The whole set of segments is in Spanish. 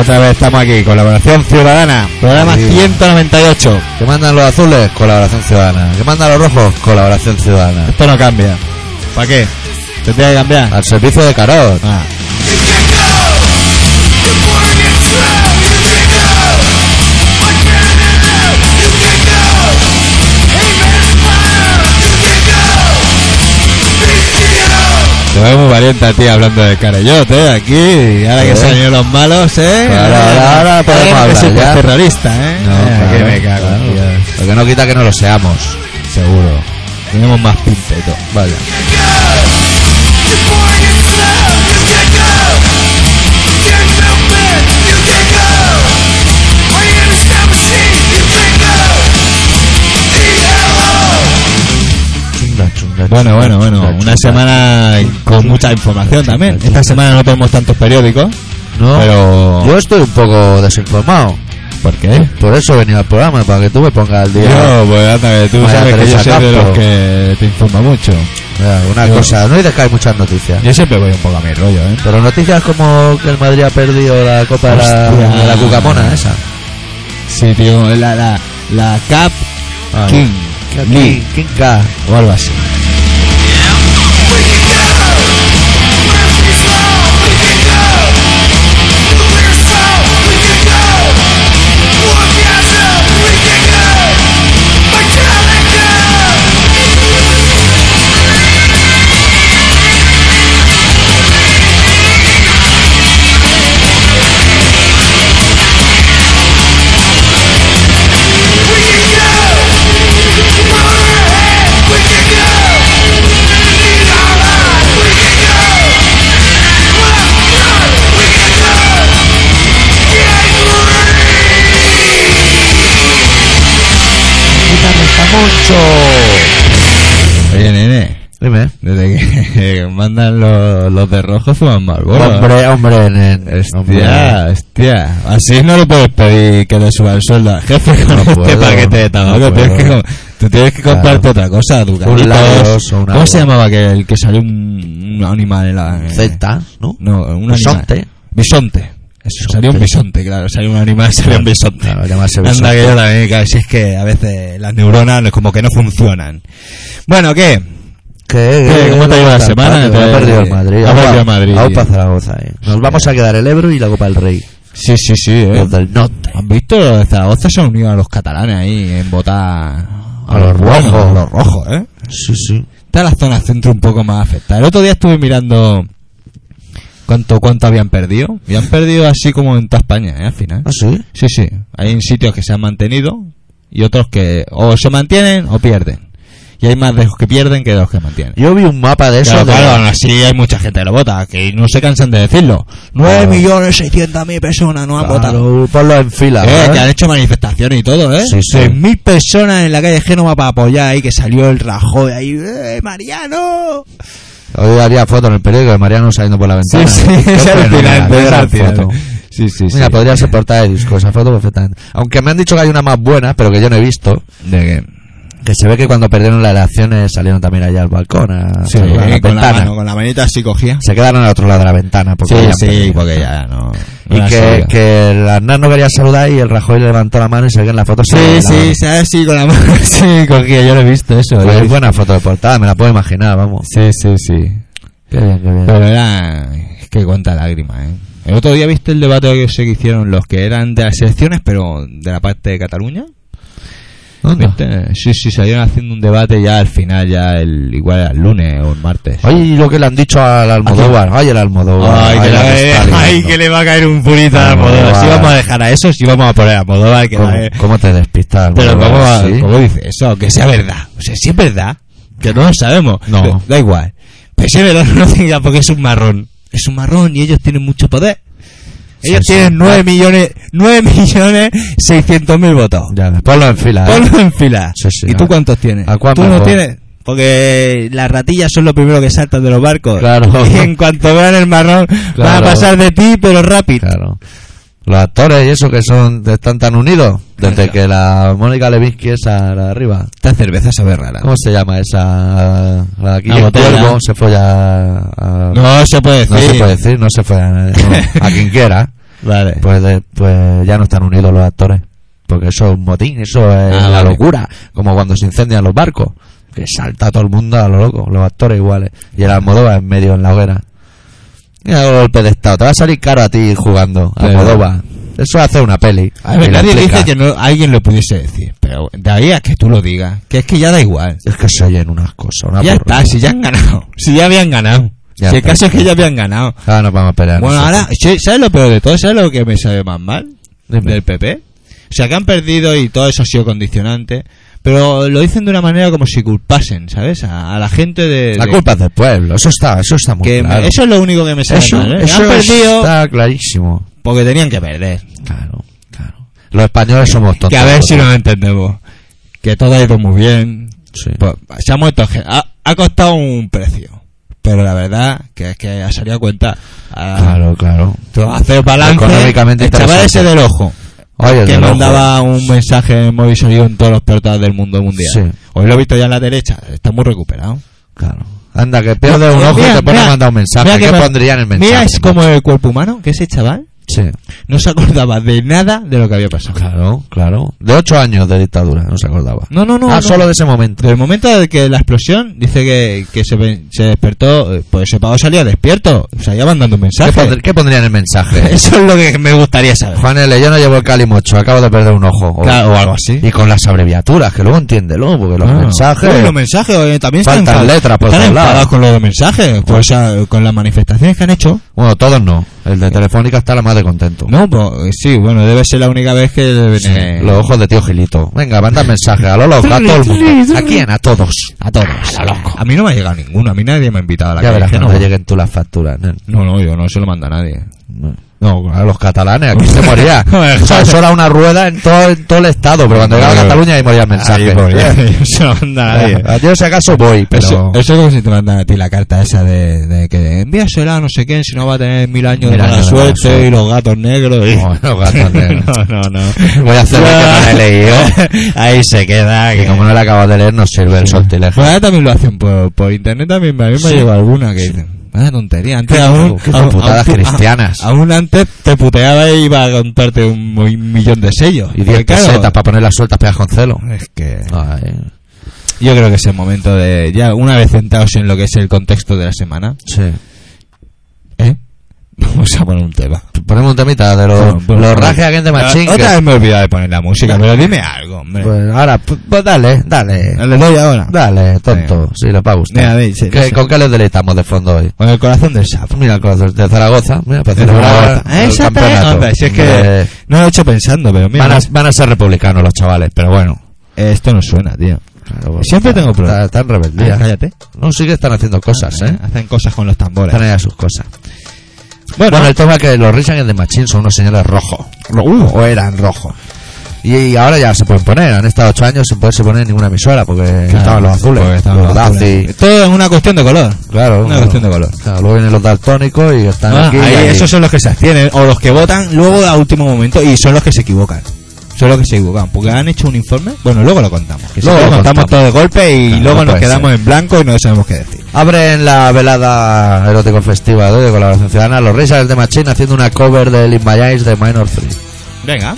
Otra vez estamos aquí, colaboración ciudadana. Programa Sí. 198. Que mandan los azules, colaboración ciudadana. Que mandan los rojos, colaboración ciudadana. Esto no cambia. ¿Para qué? ¿Te tiene que cambiar? Al servicio de Carol. Ah. Te veo muy valiente a ti hablando de Carellot, ¿eh? Aquí, ahora que Sí. se han ido los malos, ¿eh? Claro, ahora- ahora podemos que hablar ya. soy pues terrorista, ¿eh? Ah, que me cago, en Dios. Lo que no quita que no lo seamos. Seguro. Tenemos más pinta y todo. Vaya. Chunga, chunga, Bueno, chunga, bueno, bueno. chunga, Una chunga. semana con mucha información también. Esta semana no tenemos tantos periódicos, No, pero... yo estoy un poco desinformado. ¿Por qué? Por eso he venido al programa, para que tú me pongas al día. Yo, pues anda, que tú Vaya sabes que yo Teresa soy de los Campo. que te informa mucho. Mira, una Yo- cosa, no dices que hay muchas noticias. Yo siempre voy un poco a mi rollo, ¿eh? Pero noticias como que el Madrid ha perdido la copa de la, Hostia. de la Cucamona, esa. Sí, tío, la, la, la Cap Ay. King Ah, King, League King K. o algo así. Oye, nene, Dime. desde que mandan los, los de rojo fuman más Hombre, hombre, nen. eh, Hostia, hostia. Así no le puedes pedir que le suba el sueldo al jefe con No este puedo, paquete de tabaco. no ¿eh? tienes que, puedo. com- tú tienes que Claro. comprarte otra cosa, Ducatitos. Lagos o un ¿Cómo algo. se llamaba que el que salió un, un animal en la. eh, Celta, ¿no? No, un Bisonte. animal. Bisonte. Eso, salió un bisonte, claro. Salió un animal, salió un bisonte. Claro, llamarse Anda bisonte. que yo también, claro, si es que a veces las neuronas no- como que no funcionan. Bueno, ¿qué? ¿Qué, ¿Qué? ¿Cómo te ha ido la Está semana? empate, Te- Ha perdido el Madrid. ha Aupa- perdido el Madrid. Aupa Zaragoza, eh. Nos Sí. vamos a quedar el Ebro y la Copa del Rey. Sí, sí, sí. eh. Los del norte. ¿Has visto? Zaragoza se ha unido a los catalanes ahí en votar A los buenos, rojos. A los rojos, ¿eh? Sí, sí. Está la zona centro un poco más afectada. El otro día estuve mirando cuánto cuánto habían perdido. Y han perdido así como en toda España, ¿eh? Al final. ¿Ah, sí? Sí, sí. Hay en sitios que se han mantenido y otros que o se mantienen o pierden. Y hay más de los que pierden que de los que mantienen. Yo vi un mapa de eso. Claro, de- claro, aún así hay mucha gente que lo vota, que no se cansan de decirlo. 9 Claro. millones 600 mil personas no han votado. Claro, ponlo en fila. Eh, ¿eh? que han hecho manifestaciones y todo, ¿eh? Sí, sí. 6.000 personas en la calle Génova para apoyar ahí, que salió el Rajoy ahí, ¡eh, Mariano! Hoy haría foto en el periódico de Mariano saliendo por la ventana. Qué fenomenal, qué gran foto. Sí, sí, Mira, podría ser portada de disco esa foto perfectamente. Aunque me han dicho que hay una más buena, pero que yo no he visto. ¿De qué? Que se ve que cuando perdieron las elecciones salieron también allá al balcón, a, Sí, a ah, la eh, con, la ventana. mano, con la manita así cogía. se quedaron al otro lado de la ventana. Porque habían perdido. porque ya no... no Y la que, sabía. que el Aznar no quería saludar y el Rajoy le levantó la mano y se ve que en la foto se ve Sí, la sí, mano. sí, así con la mano así cogía, yo lo he visto eso. lo he Pues es visto. buena foto de portada, me la puedo imaginar, vamos. Sí, sí, sí. Qué bien, qué bien. Pero era... Es que cuánta lágrima, ¿eh? El otro día viste el debate que se hicieron los que eran de las elecciones, pero de la parte de Cataluña. ¿Viste? Sí, sí, salieron haciendo un debate ya al final, ya el igual era el lunes o el martes. Oye, y lo que le han dicho al Almodóvar. Ay, el Almodóvar. Ay, que, la la- que está ay, liando. que le va a caer un purito a Almodóvar. Almodóvar. Si vamos a dejar a eso, si vamos a poner a Almodóvar, que la- ¿Cómo, cómo te despistas, Pero Almodóvar? ¿cómo, va- Sí. cómo dice eso? Que sea verdad. O sea, si es verdad, que no lo sabemos. No. Da- Da igual. Pero si es verdad, no lo diga porque es un marrón. Es un marrón y ellos tienen mucho poder. Sí, Ah. Ellos sí. tienen nueve millones, nueve millones seiscientos mil votos. Ya, ponlo en fila. ¿eh? Ponlo en fila. Sí, sí, ¿Y a tú ver. cuántos tienes? ¿A cuál ¿Tú me no voy? tienes? Porque las ratillas son lo primero que saltan de los barcos. Claro. Y en cuanto vean el marrón, van a Claro. pasar de ti, pero rápido. Claro. Los actores y eso que son están tan unidos desde Claro. que la Mónica Levinsky esa la de arriba. Esta cerveza sabe rara. ¿Cómo se llama esa? La de aquí La que el botella. cuervo se fue a, a- No se puede decir. no se puede decir, no se fue a, a quien quiera. Vale. pues, de- pues ya no están unidos los actores. Porque eso es un motín, eso es la Ah, vale. locura. Como cuando se incendian los barcos, que salta todo el mundo a lo loco, los actores iguales. Y el Almodóvar en medio, en la hoguera. Y hago golpe de estado. Te va a salir caro a ti jugando, Pero- Almodóvar. Eso hace una peli. A ver, Y la nadie explica. dice que no, alguien lo pudiese decir, pero de ahí a que tú lo digas, que es que ya da igual. Es que se oyen unas cosas, una ya porra. está, si ya han ganado, si ya habían ganado. Ya si el está. caso es que ya habían ganado. Ahora nos vamos a pelear. Bueno, nosotros. ahora, sí, ¿sabes lo peor de todo? ¿Sabes lo que me sabe más mal? Dime. Del PP. O sea, que han perdido y todo eso ha sido condicionante, pero lo dicen de una manera como si culpasen, ¿sabes? A, a la gente de... La de- culpa es del pueblo, eso está, eso está muy que claro. Eso es lo único que me sabe Eso- mal, ¿eh? eso han perdido está clarísimo. porque tenían que perder. Claro, claro. Los españoles somos tontos. Que a ver si nos entendemos. Que todo ha ido muy bien. Sí. Pues, se ha muerto gen- ha, ha costado un precio. Pero la verdad que es que ha salido a cuenta. A, Claro, claro. todo hacer balance. Ah, Económicamente el chaval ese interesante. del ojo. Oye, el que del ojo. mandaba un mensaje en móvil sonido en todos los portales del mundo mundial. Sí. Hoy lo he visto ya en la derecha. Está muy recuperado. Claro. Anda, que pierdes un Eh, ojo y mira, te pone a mira, mandar un mensaje. mira ¿Qué que me- pondría en el mensaje? Mira, es macho? como el cuerpo humano, que ese chaval Sí. no se acordaba de nada de lo que había pasado. Claro, claro. De ocho años de dictadura, no se acordaba. No, no, no. ah, no. solo de ese momento. Del momento de que la explosión dice que, que se, ve- se despertó, eh, pues ese pavo salía despierto, o sea, ya mandando un ¿Qué, mensaje. pondr- qué pondría en el mensaje? Eso es lo que me gustaría saber. Juan L., yo no llevo el calimocho, acabo de perder un ojo. O- Claro, o algo así. Y con las abreviaturas, que luego entiéndelo, porque los Ah. mensajes... Uy, los mensajes eh, también Faltan están enfad- letras por están todos lados. enfadados con los mensajes, pues, o sea, con las manifestaciones que han hecho. Bueno, todos no. El de Telefónica está la más de contento. No, pues sí, bueno, debe ser la única vez que deben, eh, Los ojos de tío Gilito. Venga, manda mensaje a Lolo, a todo el mundo. ¿A quién? A todos. a todos. A, mí no me ha llegado ninguno, a mí nadie me ha invitado a la Ya calle, verás que cuando no, lleguen tú las facturas. nen. no, no, yo no se lo manda a nadie. No, a los catalanes, aquí se moría. o sea, eso era una rueda en todo, en todo el estado, pero cuando llegaba a Cataluña ahí moría el mensaje. Ahí, pues, ya, se lo manda a nadie. Eh, Yo si acaso voy, pero... Eso, eso es como si te mandan a ti la carta esa de, de que envíasela a no sé quién, si no va a tener mil Mil años de mala años de mala suerte suerte. y los gatos negros. y- No, los gatos negros. no, no, no. Voy a hacer lo que no he leído. Ahí se queda. Que que- como no la acabo de leer, no sirve el sortilegio. Pues ahora también lo hacen por, por internet también. A mí me ha Sí. llegado alguna que dicen. Vaya tontería. Antes Qué aún. fu- qué aún- putadas aún- cristianas. a- Aún antes te puteaba y iba a contarte un, un millón de sellos. Y 10 Porque, claro, Eh. pesetas para poner las sueltas pegas con celo. Es que. Ay, Yo creo que es el momento de. Ya una vez centrados en lo que es el contexto de la semana. sí. ¿Eh? Vamos a poner un tema. Ponemos un temita de los, Bueno, pues, los bueno. rajes aquí de Machín. Ah, que- Otra vez me he olvidado de poner la música, Dale. pero dime algo, hombre. Pues ahora, pues, pues dale, dale. Le doy ahora. Dale, tonto, Venga. si les va a gustar. Mira, ve, sí, ¿Qué- no sé. ¿Con qué les deleitamos de fondo hoy? Pues Con el corazón del sapo. Mira, el corazón de Zaragoza, mira, para De celebrar Zaragoza. el Esa campeonato. te- hombre, si es que Eh, no lo he hecho pensando, pero mira, eh, van, a, van a ser republicanos los chavales, pero bueno. esto no suena, tío. Claro, pues, Siempre está- tengo problemas. está- Están Ah, rebeldías. cállate. No, sí que están haciendo cosas, ¿eh? Hacen cosas con los tambores. Están ahí a sus cosas. Bueno, el tema es que los Richard de Machín son unos señores rojos. uh. o eran rojos. Y, y ahora ya se pueden poner. Han estado ocho años sin poderse poner en ninguna emisora porque estaban los azules. Porque estaban los los azules. Daci. Todo es una cuestión de color. Claro. Una claro. cuestión de color. Claro, luego vienen los daltónicos y están Ah, aquí. ahí y- esos son los que se abstienen o los que votan luego a último momento y son los que se equivocan. Son los que se equivocan porque han hecho un informe. Bueno, luego lo contamos. Que si Luego no, lo contamos, contamos. todo de golpe y Claro, luego no nos puede quedamos en blanco y no sabemos qué decir. Abren la velada erótico festiva de hoy de colaboración ciudadana los Richard de Machín haciendo una cover de Lin Mayáis de Minor 3. Venga.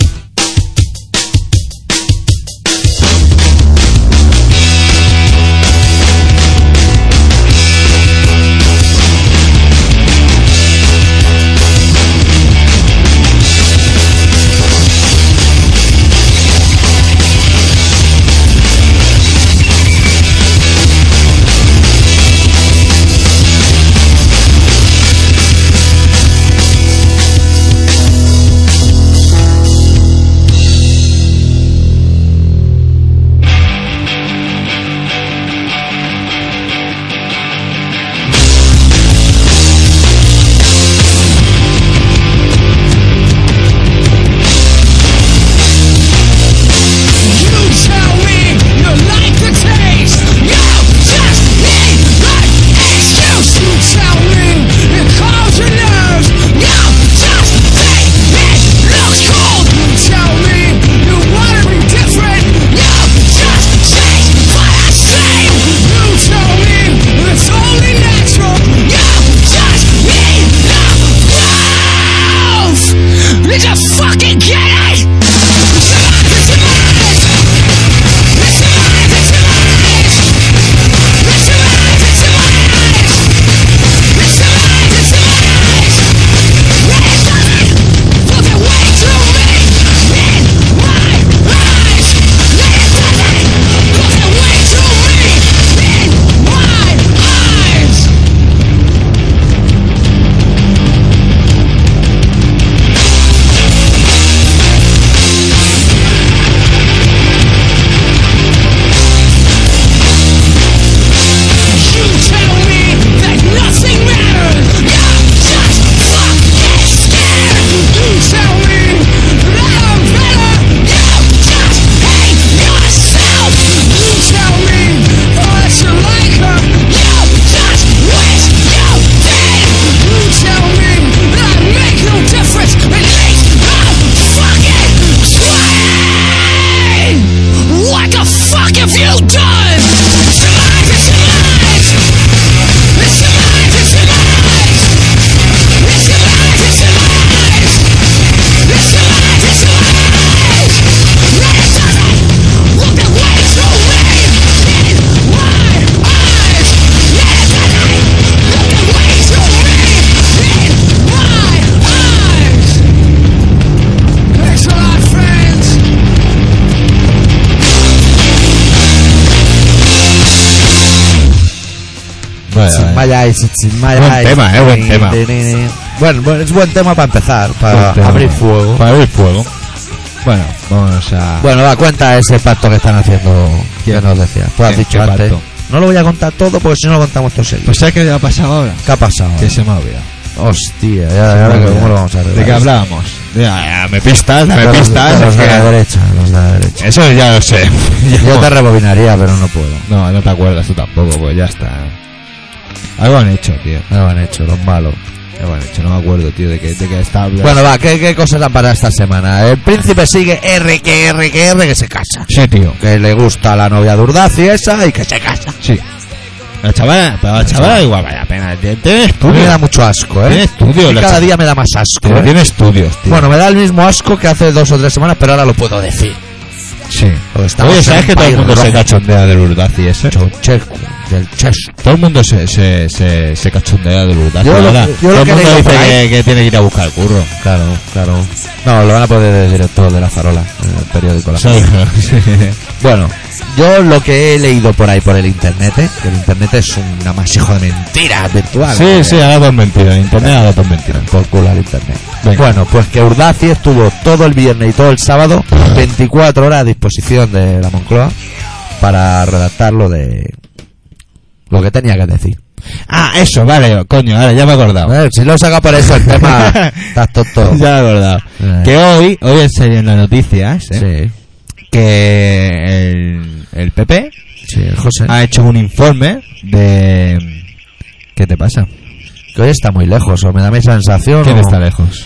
eh, Chismaya y Chismaya. Buen y- tema, eh, buen tema. Bueno, bueno, es buen tema para empezar, para Buen tema. abrir fuego. Para abrir fuego. Bueno, vamos a. Bueno, da cuenta ese pacto que están haciendo, que ¿Quién? nos decías. Tú has ¿Qué- qué dicho antes. pacto? No lo voy a contar todo porque si no lo contamos todo seguido. Pues ¿sabes qué ha pasado ahora? ¿Qué ha pasado? Que se me ha olvidado. Hostia, ya, ya, Se me ha ya, ¿cómo olvidado. lo vamos a arreglar? ¿De qué hablábamos? Ya, ya, me pistas, dame Los- pistas. Los es de que- la derecha, los de la derecha. Eso ya lo sé. Yo te rebobinaría, pero no puedo. No, no te acuerdas tú tampoco, pues ya está. Algo han hecho, tío. No lo han hecho, los malos. Algo han hecho, no me acuerdo, tío, de que, de que estaba hablando. Bueno, va, ¿qué, qué cosas dan para esta semana? El príncipe sigue R, que R, que R, que se casa. sí, tío. Que le gusta la novia de Urdaz y esa, y que se casa. Sí. La chavala, pero la chavala igual vaya pena. Tiene- A Tiene mí me da estudios. mucho asco, ¿eh? Tiene estudio, Y la cada chava. día me da más asco, Pero ¿eh? tiene estudios, tío. Bueno, me da el mismo asco que hace dos o tres semanas, pero ahora lo puedo decir. sí. Porque estamos Oye, en ¿sabes un que todo el país mundo se rojo. cachondea del Urdaci ese? Chauchescu, del Chesco. Todo el mundo se, se, se, se cachondea del Urdaci. Yo lo- ahora. yo lo todo el que mundo leí por dice ahí- que, que tiene que ir a buscar el curro. Claro, claro. No, lo van a poner el director de La Farola, en el periódico La Sí. Farola. Bueno, yo lo que he leído por ahí por el internet, ¿eh? que el internet es un amasijo de mentiras virtuales. sí, ¿eh? sí, ahora dos mentiras. En Internet ahora dos mentiras. Por culo al internet. Venga. Bueno, pues que Urdaci estuvo todo el viernes y todo el sábado, 24 horas a disposición de la Moncloa, para redactar lo de. lo que tenía que decir. Ah, eso, vale, coño, ahora ya me he acordado. Eh, Si lo saca por eso el tema, estás tonto. Ya me he acordado. Eh. Que hoy, hoy salió en las noticias ¿eh? Sí, que el, el PP sí, José. ha hecho un informe de... ¿Qué te pasa? Que hoy está muy lejos, o me da mi sensación. ¿Quién o- está lejos?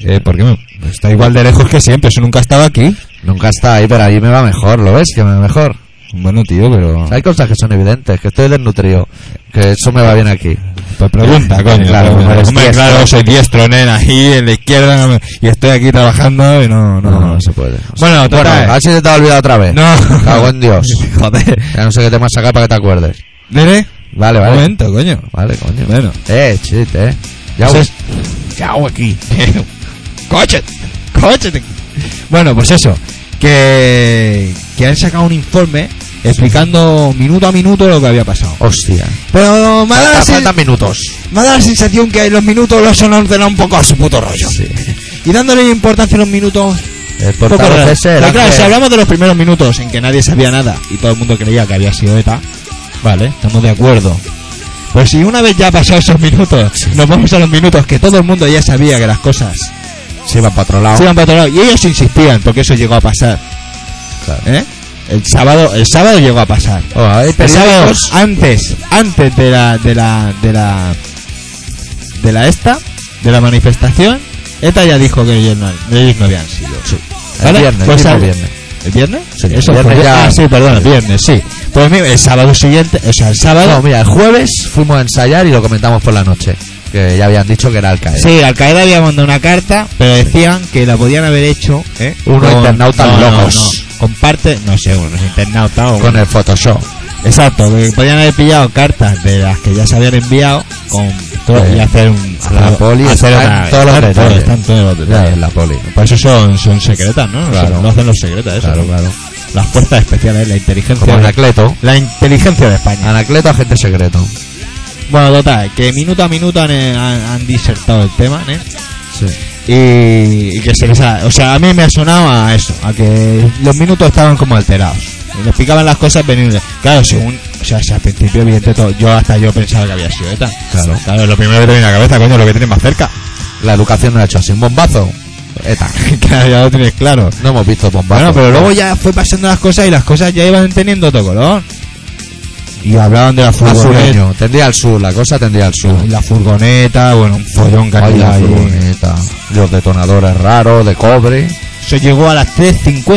Eh, ¿Por qué me- Está igual de lejos que siempre, eso nunca ha estado aquí. Nunca está ahí, pero allí me va mejor, ¿lo ves? Que me va mejor. Bueno, tío, pero... Hay cosas que son evidentes, que estoy desnutrido, que eso me va bien aquí. Pues pregunta, coño. Claro, pregunta. como eres Hombre, diestro. claro, soy diestro, nena, y en la izquierda no me- y estoy aquí trabajando y no... no, puede. Bueno, Bueno, total. a ver si se te ha olvidado otra vez. No. Cago en Dios. Joder. Ya no sé qué tema sacar para que te acuerdes. Nene, Vale, un vale. momento, coño. Vale, coño. Bueno. Eh, chiste, eh. Ya, Pues voy. es- Coche, coche. Bueno, pues eso. Que, que han sacado un informe explicando minuto a minuto lo que había pasado. Hostia. Ah, Pero me ha dado, la Falta- sen- faltan minutos. me ha dado la sensación que los minutos los han ordenado un poco a su puto rollo. Y dándole importancia a los minutos. El poco portavoz real. ese, el Pero claro, Ángel- si hablamos de los primeros minutos en que nadie sabía nada y todo el mundo creía que había sido ETA, vale, estamos de acuerdo. Pues si una vez ya pasados esos minutos, nos vamos a los minutos que todo el mundo ya sabía que las cosas se iba para otro lado. se iban para otro lado, y ellos insistían porque eso llegó a pasar, Claro. ¿eh? El sábado, el sábado llegó a pasar. Oh, hay El sábado, periódicos. antes, antes de la, de la, de la, de la esta, de la manifestación, ETA ya dijo que ellos no, ellos no habían sido. El ¿Vale? viernes, Pues el mismo al- viernes. ¿El viernes? Sí, el Eso viernes fue- ya- Ah, sí, perdón, el viernes, sí. Pues mira, el sábado siguiente, o sea, el sábado. No, mira, el jueves fuimos a ensayar y lo comentamos por la noche. Que ya habían dicho que era Al Qaeda. Sí, Al Qaeda había mandado una carta, pero decían que la podían haber hecho ¿eh? Unos internautas locos. no, con parte, no sé, unos internautas o Con el Photoshop. Exacto, que podían haber pillado cartas de las que ya se habían enviado con todo, Sí. y hacer un La poli hacer está una- en todos los están detalles. están todos los Ya, detalles. en la poli. Por eso son, son secretas, ¿no? Claro. Son- lo hacen los secretas, eso. Claro, claro. Las fuerzas especiales, la inteligencia. Como de- Anacleto. la inteligencia de España. Anacleto, agente secreto. Bueno, total, que minuto a minuto han, eh, han- han disertado el tema, ¿eh? Sí. Y, y que se les ha- O sea, a mí me ha sonado a eso, a que los minutos estaban como alterados. Y Les picaban las cosas venir. Claro, según. O sea, si al principio, evidente, todo, yo hasta yo pensaba que había sido ETA. Claro. Claro, lo primero que te viene a la cabeza, coño, lo que tienes más cerca. La educación no ha hecho así. Un bombazo. Eta. claro, ya lo tienes claro. No hemos visto bombazo. Bueno, pero luego ya fue pasando las cosas y las cosas ya iban teniendo otro color. Y hablaban de la Más furgoneta. sureño. Tendría al sur. La cosa tendría al sur. y La furgoneta, bueno, un follón que Ay, había la ahí. furgoneta. Los detonadores raros, de cobre. Se llegó a las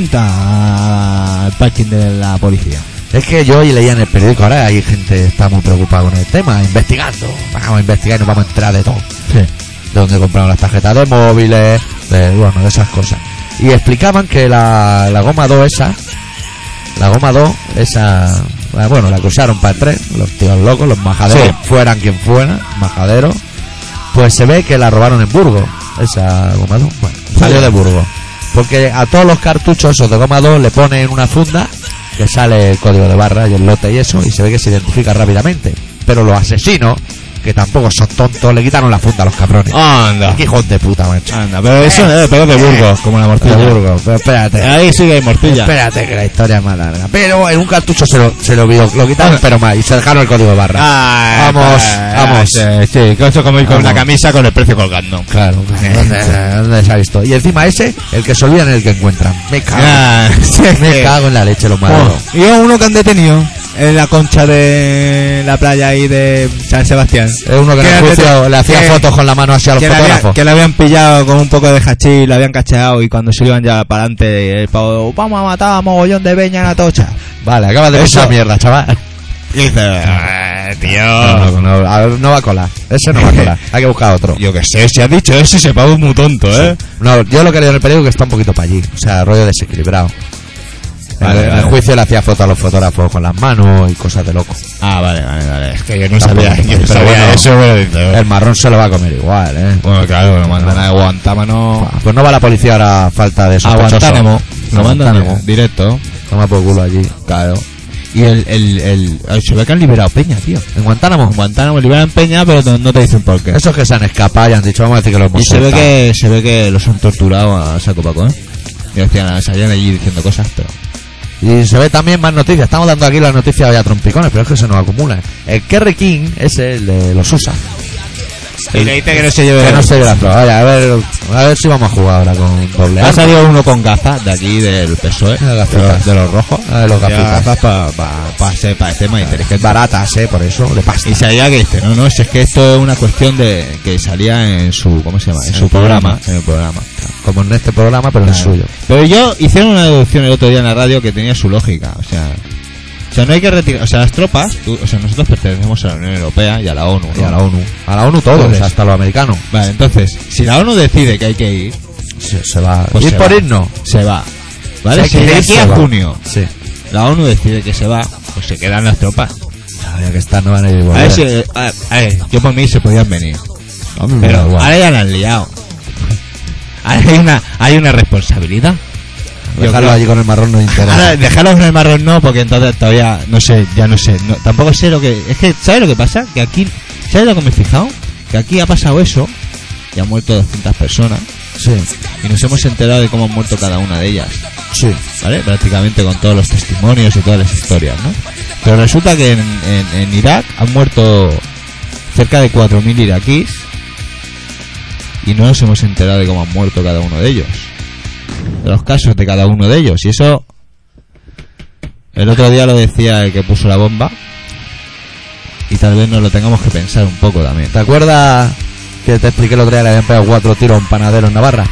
3.50 al parking de la policía. Es que yo hoy leía en el periódico, ahora hay gente que está muy preocupada con el tema, investigando. Vamos a investigar y nos vamos a enterar de todo. de dónde compraron las tarjetas de móviles, de, bueno, de esas cosas. Y explicaban que la, la goma 2 esa, la goma 2 esa, la- bueno, la que usaron para el tren, los tíos locos, los majaderos, Sí. fueran quien fueran, majaderos, pues se ve que la robaron en Burgos, esa goma 2, bueno, salió de Burgos. Porque a todos los cartuchos esos de goma 2 le ponen una funda que sale el código de barra y el lote y eso, y se ve que se identifica rápidamente. pero los asesinos, que tampoco son tontos, le quitaron la funda a los Ah. cabrones. Anda. ¡Qué hijos de puta, macho! Anda, pero eso no es pero es de Burgos, como la De morcilla. Burgos, pero espérate. Ahí sí que hay morcilla. Espérate que la historia es más larga. Pero en un cartucho se lo, se lo, vio- lo quitaron, pero más, y se dejaron el código barra. Ah, Vamos, ah, vamos. Sí, sí, con eso como ir con Vamos. la camisa con el precio colgando. Claro, Eh. ¿dónde, dónde se ha visto? Y encima ese, el que se olvidan es el que encuentran. Me cago, Ah, sí, me que- cago en la leche, los Oh, malos. Y es uno que han detenido en la concha de la playa ahí de San Sebastián. Es uno que en el Quédate- juicio le hacía que- fotos con la mano así a los Que le, había- fotógrafos. que le habían pillado con un poco de hachís, lo habían cacheado y cuando se iban ya para adelante, el pavo, vamos a matar a mogollón de peña en la tocha. Vale, acabas de Eso- pensar mierda, chaval. Y dice, "Ah, No, tío. no, a ver, no va a colar. Ese no va a colar. Hay que buscar otro. Yo que sé, si has dicho eso, ese pavo es muy tonto, ¿eh? No, yo lo que leo en el periódico es que está un poquito para allí. O sea, rollo desequilibrado. en, Vale, el- en el vale. juicio le hacía fotos a los fotógrafos con las manos y cosas de loco. Ah, vale, vale, vale. Es que yo no Tampoco, sabía, yo no pero sabía bueno. eso, pero dice, El marrón se lo va a comer igual, ¿eh? Bueno, claro, lo mandan a Guantánamo. Pues no va la policía ahora a falta de A sospechoso. Guantánamo. Lo Guantánamo. mandan directo. Toma por culo allí. Claro. Y el, el, el, ay, se ve que han liberado Peña, tío. ¿En Guantánamo? En Guantánamo liberan Peña, pero no, no te dicen por qué. Esos que se han escapado y han dicho, vamos a decir que los hemos Y se ve soltado. que se ve que los han torturado a saco paco, ¿eh? Y decían, salían allí diciendo cosas, pero Y se ve también más noticias. Estamos dando aquí las noticias hoy a trompicones, pero es que se nos acumulan. El Kerry King es el de los USA. Y le dice que no se lleve- Que no se lleve las pruebas. Vaya, a ver, a ver si vamos a jugar ahora con doble ha A. salido uno con gafas de aquí del PSOE, De las los, gafitas. E, de los rojos, Ah, de los Ya, gafitas. gafas para pa, pa ser- parecer más inteligente. Baratas, eh, por eso, de pasta. Y salía que dice, no, no, si es que esto es una cuestión de que salía en su, ¿cómo se llama? En su programa, en el programa. Como en este programa, pero en el Claro. suyo. Pero yo hicieron una deducción el otro día en la radio que tenía su lógica. O sea, o sea no hay que retirar. O sea, las tropas. tú- o sea, nosotros pertenecemos a la Unión Europea y a la ONU. ¿no? Y a la ONU. A la ONU todos, Todos. hasta los americanos. Vale, entonces, si la ONU decide que hay que ir, Se, se va. Pues ir se por va. irnos. se va. ¿Vale? Hay Si que de ir, aquí se a va. junio Sí. la ONU decide que se va, pues se quedan las tropas. Sabía que estas no van a ir A volver. ver si. A, a ver, yo por mí se podían venir. A mí me Pero da igual. ahora ya la han liado. Ahora hay una, hay una responsabilidad. Yo Dejarlo creo- allí con el marrón no interesa. Ahora, dejarlos en el marrón no, porque entonces todavía no sé, ya no sé. no- tampoco sé lo que. Es que, ¿sabes lo que pasa? Que aquí. ¿Sabes lo que me he fijado? Que aquí ha pasado eso, y han muerto 200 personas, Sí, y nos hemos enterado de cómo han muerto cada una de ellas, sí. ¿vale? Prácticamente con todos los testimonios y todas las historias, ¿no? Pero resulta que en, en- en Irak han muerto cerca de 4.000 iraquíes, y no nos hemos enterado de cómo han muerto cada uno de ellos. De los casos de cada uno de ellos. Y eso. El otro día lo decía el que puso la bomba. Y tal vez nos lo tengamos que pensar un poco también. ¿Te acuerdas que te expliqué el otro día que le habían pegado cuatro tiros a un panadero en Navarra?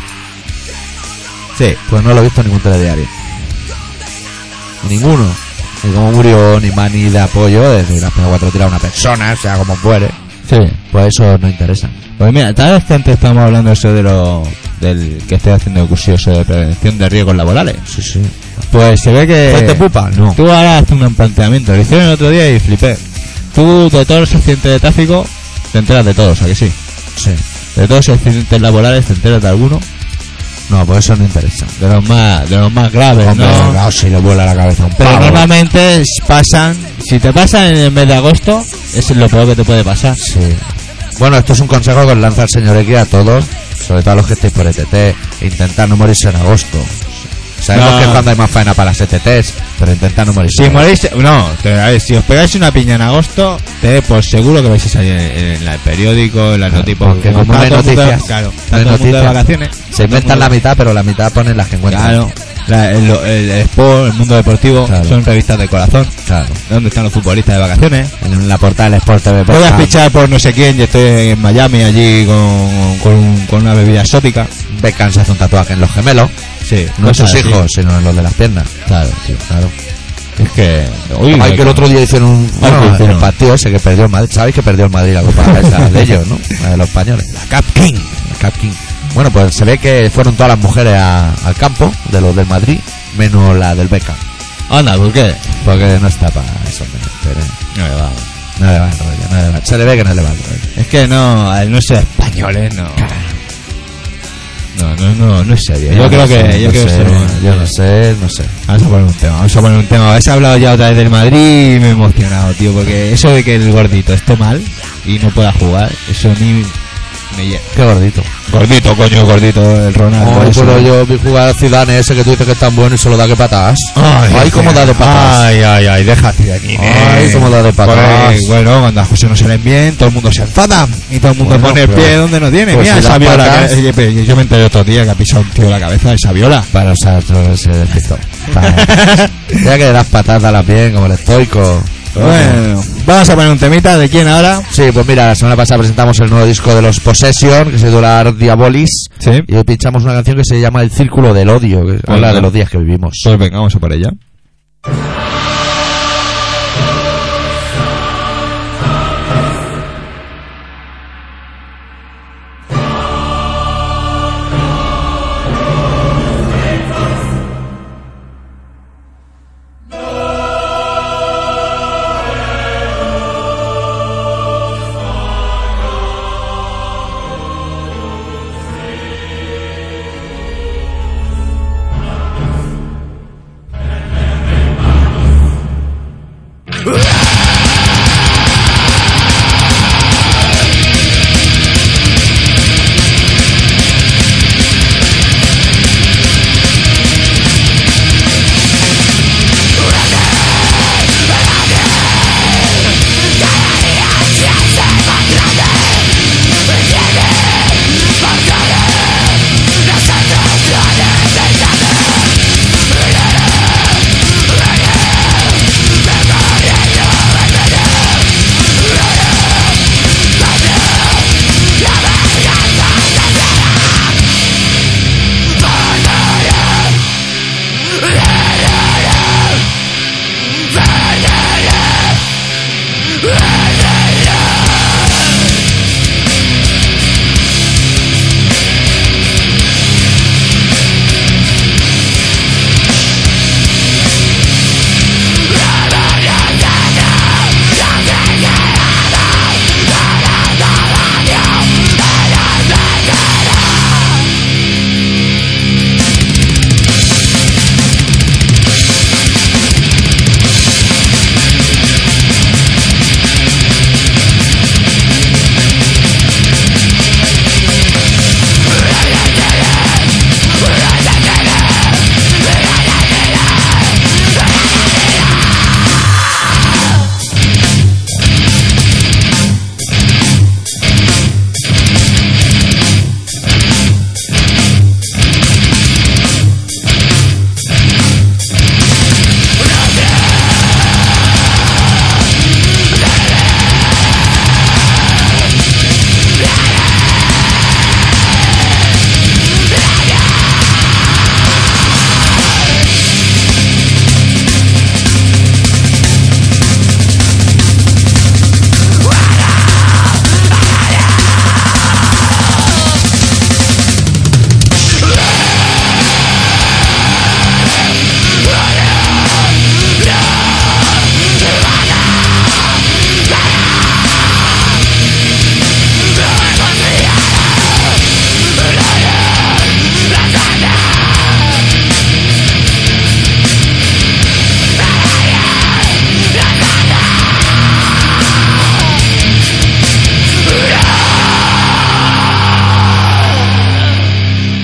Sí. Pues no lo he visto en ningún telediario. Ninguno. Y como murió ni más ni de apoyo, desde las primeras cuatro tiras a una persona, o sea, como fuere. Sí. Pues eso no interesa. Pues mira, tal vez que antes estábamos hablando eso de lo. del que estoy haciendo el cursillo eso de prevención de riesgos laborales. Sí, sí. Pues se ve que. ¿Fuente pupa? No. Tú ahora haces un planteamiento. Lo hicieron el otro día y flipé. Tú de todos los accidentes de tráfico te enteras de todos, ¿a que sí? Sí. De todos los accidentes laborales te enteras de alguno. No, pues eso no interesa. De los más, de los más graves, Hombre, ¿no? claro, si le vuela la cabeza a un Pero pavo. normalmente s- pasan, si te pasan en el mes de agosto, eso es lo peor que te puede pasar. Sí. Bueno, esto es un consejo que os lanza el señor X a todos, sobre todo a los que estéis por ETT. Intentar no morirse en agosto. Sabemos No. que es cuando hay más faena para las ETTs, pero intentar no morirse. Si en agosto. morís, no, te- a ver, si os pegáis una piña en agosto, te, pues seguro que vais a salir en, en la- el periódico, en las Claro, noticias. porque como está no hay todo el mundo- noticias, claro, no está hay todo el mundo de noticias. vacaciones. Se inventan la mitad, pero la mitad ponen las que encuentran. Claro, la- el, el- el sport, el mundo deportivo, Claro. son revistas de corazón. Claro. ¿Dónde están los futbolistas de vacaciones? En la portada del Sport TV. Voy a portada, fichar por no sé quién, yo estoy en Miami allí con, con, un- con una bebida exótica. Beckham se hace un tatuaje en los gemelos. Sí, No en sus cosas así. hijos, sino en los de las piernas. Claro, tío. Claro. Es que. Uy, Hay que el otro día hicieron un Ah, bueno, que hicieron. el partido ese que perdió el Madrid. Sabéis que perdió el Madrid la copa esa de ellos, ¿no? La de los españoles. La Cap King. La Cap King. Bueno, pues se ve que fueron todas las mujeres a- al campo de los del Madrid, menos la del Beckham. Anda, ¿por qué? Porque no está para eso. Pero No me va. no le va el rollo, no le va. Se le ve que no le va el rollo. Es que no, al no ser españoles, no. ¿eh? No, no, no, no es serio. Yo no creo sé, que. Yo no creo que sé, se lo- Yo no sé, no sé. Vamos a poner un tema, vamos a poner un tema. Habéis hablado ya otra vez del Madrid y me he emocionado, tío, porque eso de que el gordito esté mal y no pueda jugar, eso a mí me llena. Qué gordito. Gordito, coño, gordito, el Ronaldo. Ay, Ah, eso. pero yo vi jugar a Zidane ese que tú dices que es tan bueno y solo da que patadas. Ay, Ay, cómo da de patadas. Ay, ay, ay, déjate de aquí. Ay, nene. cómo da de patadas. Porque, Eh, bueno, cuando las cosas no salen bien, todo el mundo se enfada y todo el mundo Bueno, pone el pero- pie donde no tiene. pues Mira, si las Saviola, patas- que- oye, pero yo, yo me enteré otro día que ha pisado un tío la cabeza de Saviola. Para usar todo ese despistó. Ya que le das patadas a la piel como el estoico. Bueno, vamos a poner un temita. ¿De quién ahora? Sí, pues mira, la semana pasada presentamos el nuevo disco de los Possession, que se titular Diabolis, Sí. y hoy pinchamos una canción que se llama El Círculo del Odio, que habla de los días que vivimos. Pues venga, vamos a por ella.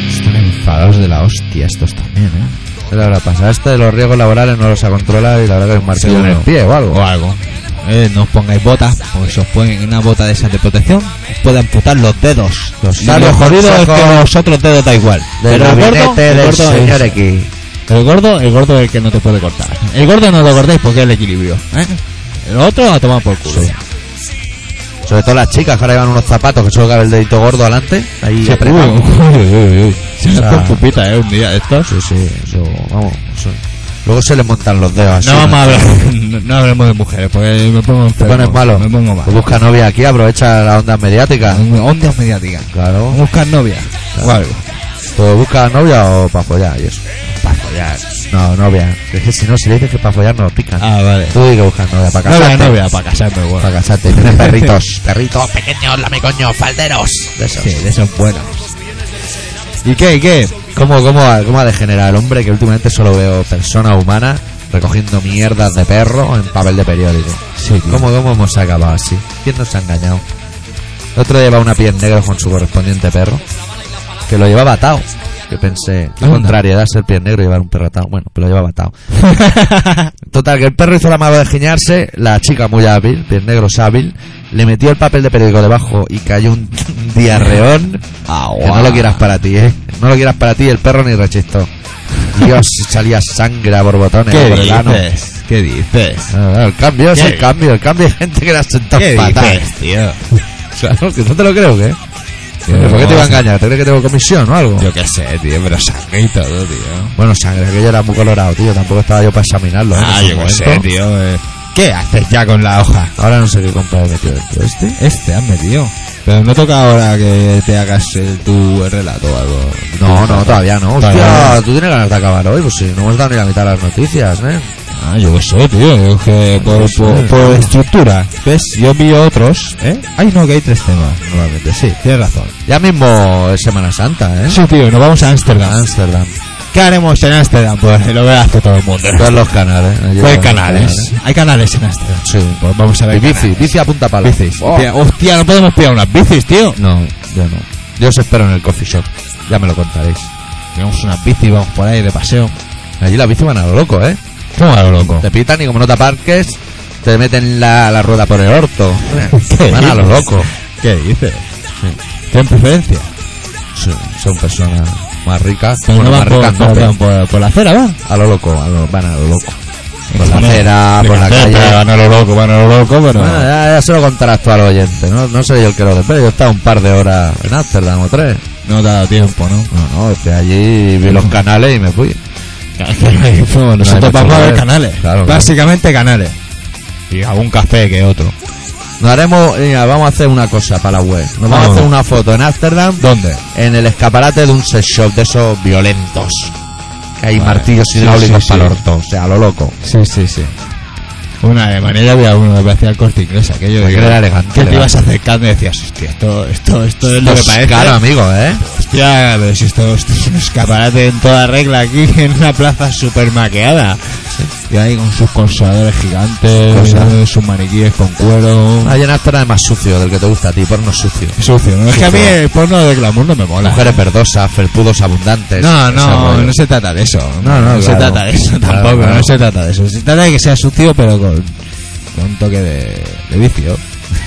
Están enfadados de la hostia estos también, ¿eh? ¿Qué le habrá pasado? Este de los riesgos laborales no los ha controlado y la verdad que es un martillo en el Seguro. pie o algo. O algo. Eh, no os pongáis botas, porque si os ponen una bota de esas de protección, os puede amputar los dedos. Los, Y los jodidos es que consejos los otros dedos da igual. Del Pero el gordo, gabinete el del gordo es- señor X. El gordo, el gordo es el que no te puede cortar. El gordo no lo cortáis porque es el equilibrio. ¿eh? El otro a tomar por culo. Sobre todo las chicas que ahora llevan unos zapatos que solo cabe el dedito gordo adelante. Ahí Sí, apretado. uy, uy, uy, uy. Se O sea, hacen pupitas, ¿eh? Un día de estos. Sí, sí, eso, vamos. eso. Luego se le montan los dedos así. No vamos a hablar, no, no hablemos de mujeres, porque me pongo Te enfermo, pones malo. Me pongo Pues malo. busca novia aquí, aprovecha las ondas mediáticas. Ondas mediáticas. Claro. Buscar novia. O algo. ¿Pero busca novia o para follar y eso? Para follar. No, novia. Es que si no, si le dices que para follar no pican. Ah, vale. Tú dices que buscas novia para casarte. Novia, novia, para casarme, bueno. Para casarte. Tienes perritos. perritos pequeños, lame coño, falderos. De esos. Sí, de esos buenos. ¿Y qué? ¿Y qué? ¿Cómo, cómo, ha- ¿Cómo ha degenerado el hombre que últimamente solo veo personas humanas recogiendo mierdas de perro en papel de periódico? Sí, tío. ¿Cómo, ¿Cómo hemos acabado así? ¿Quién nos ha engañado? El otro llevaba una piel negra con su correspondiente perro, que lo llevaba atado. Que pensé, la Anda. contrariedad ser piel negro y llevar un perro atado. Bueno, pues lo llevaba atado. Total, que el perro hizo la mano de giñarse, la chica muy hábil, piel negro hábil, le metió el papel de periódico debajo y cayó un diarreón. Ah, Que no lo quieras para ti, ¿eh? No lo quieras para ti, el perro ni rechistó. Dios, salía sangre a borbotones ¿Qué por el ano. dices? ¿Qué dices? Ah, ah, El cambio es ¿Qué? el cambio, el cambio de gente que la sentado ¿Qué fatal. dices, tío? Claro, que no te lo creo, ¿qué? ¿Por qué te iba a engañar? ¿Te crees que tengo comisión o algo? Yo qué sé, tío, pero sangre y todo, tío. Bueno, sangre, que yo era muy colorado, tío. Tampoco estaba yo para examinarlo. ¿eh? Ah, En ese yo qué momento. sé, tío. eh. ¿Qué haces ya con la hoja? Ahora no sé qué comprar he metido dentro. ¿Este? Este has metido. Pero no toca ahora que te hagas el, tu relato o algo. No, no, todavía no. Todavía Hostia, tú tienes ganas de acabar hoy. Pues sí, no hemos dado ni la mitad de las noticias, ¿eh? Ah, yo qué sé, tío. Es que por, por- por estructura. ¿Ves? Yo vi otros, ¿eh? Ay, no, que hay tres temas. Normalmente, sí, tienes razón. Ya mismo es Semana Santa, ¿eh? Sí, tío, nos vamos a Ámsterdam. Ámsterdam. ¿Qué haremos en Ámsterdam? Pues lo verá hace todo el mundo. Todos los canales. ¿eh? Pues hay Los canales. Hay canales en Ámsterdam. Sí. Pues vamos a ver. Y bici, canales. bici a punta pala. Bicis. Oh. Tía, Hostia, no podemos pillar unas bicis, tío. No, yo no. Yo os espero en el coffee shop. Ya me lo contaréis. Tenemos unas bicis, vamos por ahí de paseo. Allí las bici van a lo loco, ¿eh? ¿Cómo a lo loco? Te pitan y como no te aparques, te meten la, la rueda por el orto. ¿Qué van a lo dices? loco. ¿Qué dices? ¿Tienen preferencia? Sí, son personas más ricas. Pero bueno, no más van por, ricas no, no pero van por- por la acera, va. a lo loco, a lo- van a lo loco. Por la Bueno, acera, de por la café, calle. pero Van a lo loco, van a lo loco, pero... Bueno, eh. ya, ya se lo contarás tú al oyente, ¿no? No sé yo el que lo desvele. Yo he estado un par de horas en Amsterdam o tres. No te ha dado tiempo, ¿no? No, no, estoy allí, vi los canales y me fui. Bueno, mucho Nosotros vamos a que ver ver. canales. Claro, claro. Básicamente canales. Y algún café que otro. Nos haremos, mira, vamos a hacer una cosa para la web. Nos vamos a Vamos. hacer una foto en Ámsterdam ¿Dónde? en el escaparate de un sex shop de esos violentos. Que hay Vale. martillos Sí, hidráulicos sí, sí. para el orto, o sea, a lo loco. Sí, sí, sí. Una de manera había uno que parecía el corte inglés, aquello Aquel digo, era elegante, Que te elegante. ibas acercando y decías, hostia, esto, esto, esto es lo que Pues parece. Claro, amigo, ¿eh? Hostia, pero si esto, esto es un escaparate en toda regla aquí, en una plaza super maqueada. Y ahí con sus consoladores gigantes, Cosas. sus maniquíes con cuero. Hay en Ámsterdam es más sucio del que te gusta a ti, porno sucio. Es sucio, ¿no? Es que a mí Sucio. el porno de glamour no me mola. Mujeres verdosas, felpudos abundantes. No, ese no, rollo. no se trata de eso. No, no, se claro. trata de eso Claro, tampoco, claro. no se trata de eso. Se trata de que sea sucio, pero con, con un toque de, de vicio.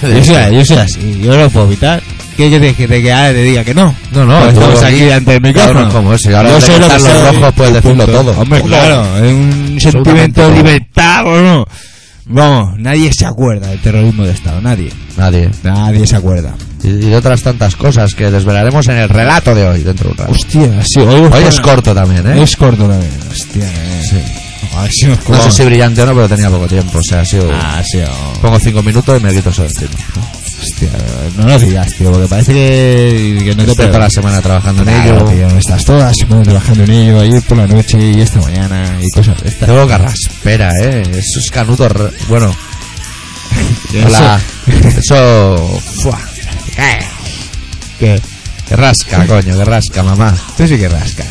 Yo soy, yo soy así, yo no lo puedo evitar. ¿Qué quieres que te quede te diga que no? No, no, Pues tú estamos aquí, aquí delante del cabrón, micrófono. como es, y ahora de soy lo que quitar los soy. rojos puedes decirlo Punto. todo. Hombre, claro, es un sentimiento de libertad, bueno. Vamos, nadie se acuerda del terrorismo de Estado, nadie. Nadie. Nadie se acuerda. Y, y de otras tantas cosas que desvelaremos en el relato de hoy, dentro de un rato. Hostia, sí, hoy, Hoy es corto. corto también, ¿eh? Es corto también, hostia. eh. A ver si nos No sé colamos. si brillante o no, pero tenía poco tiempo. O sea, ha sido. Ah, sí, oh. Pongo cinco minutos y me quito eso de encima. Hostia, no lo digas, tío, porque parece que, que no te Estoy toda preparas. la semana trabajando en Claro, ello. tío, estás todas trabajando en ello, ayer por la noche y esta mañana y cosas de estas. Tengo carraspera, ¿eh? Esos canutos. re- Bueno, Yo no hola. sé Eso. Fua. ¿Qué? Que rasca, coño, que rasca, mamá. Tú sí que rascas.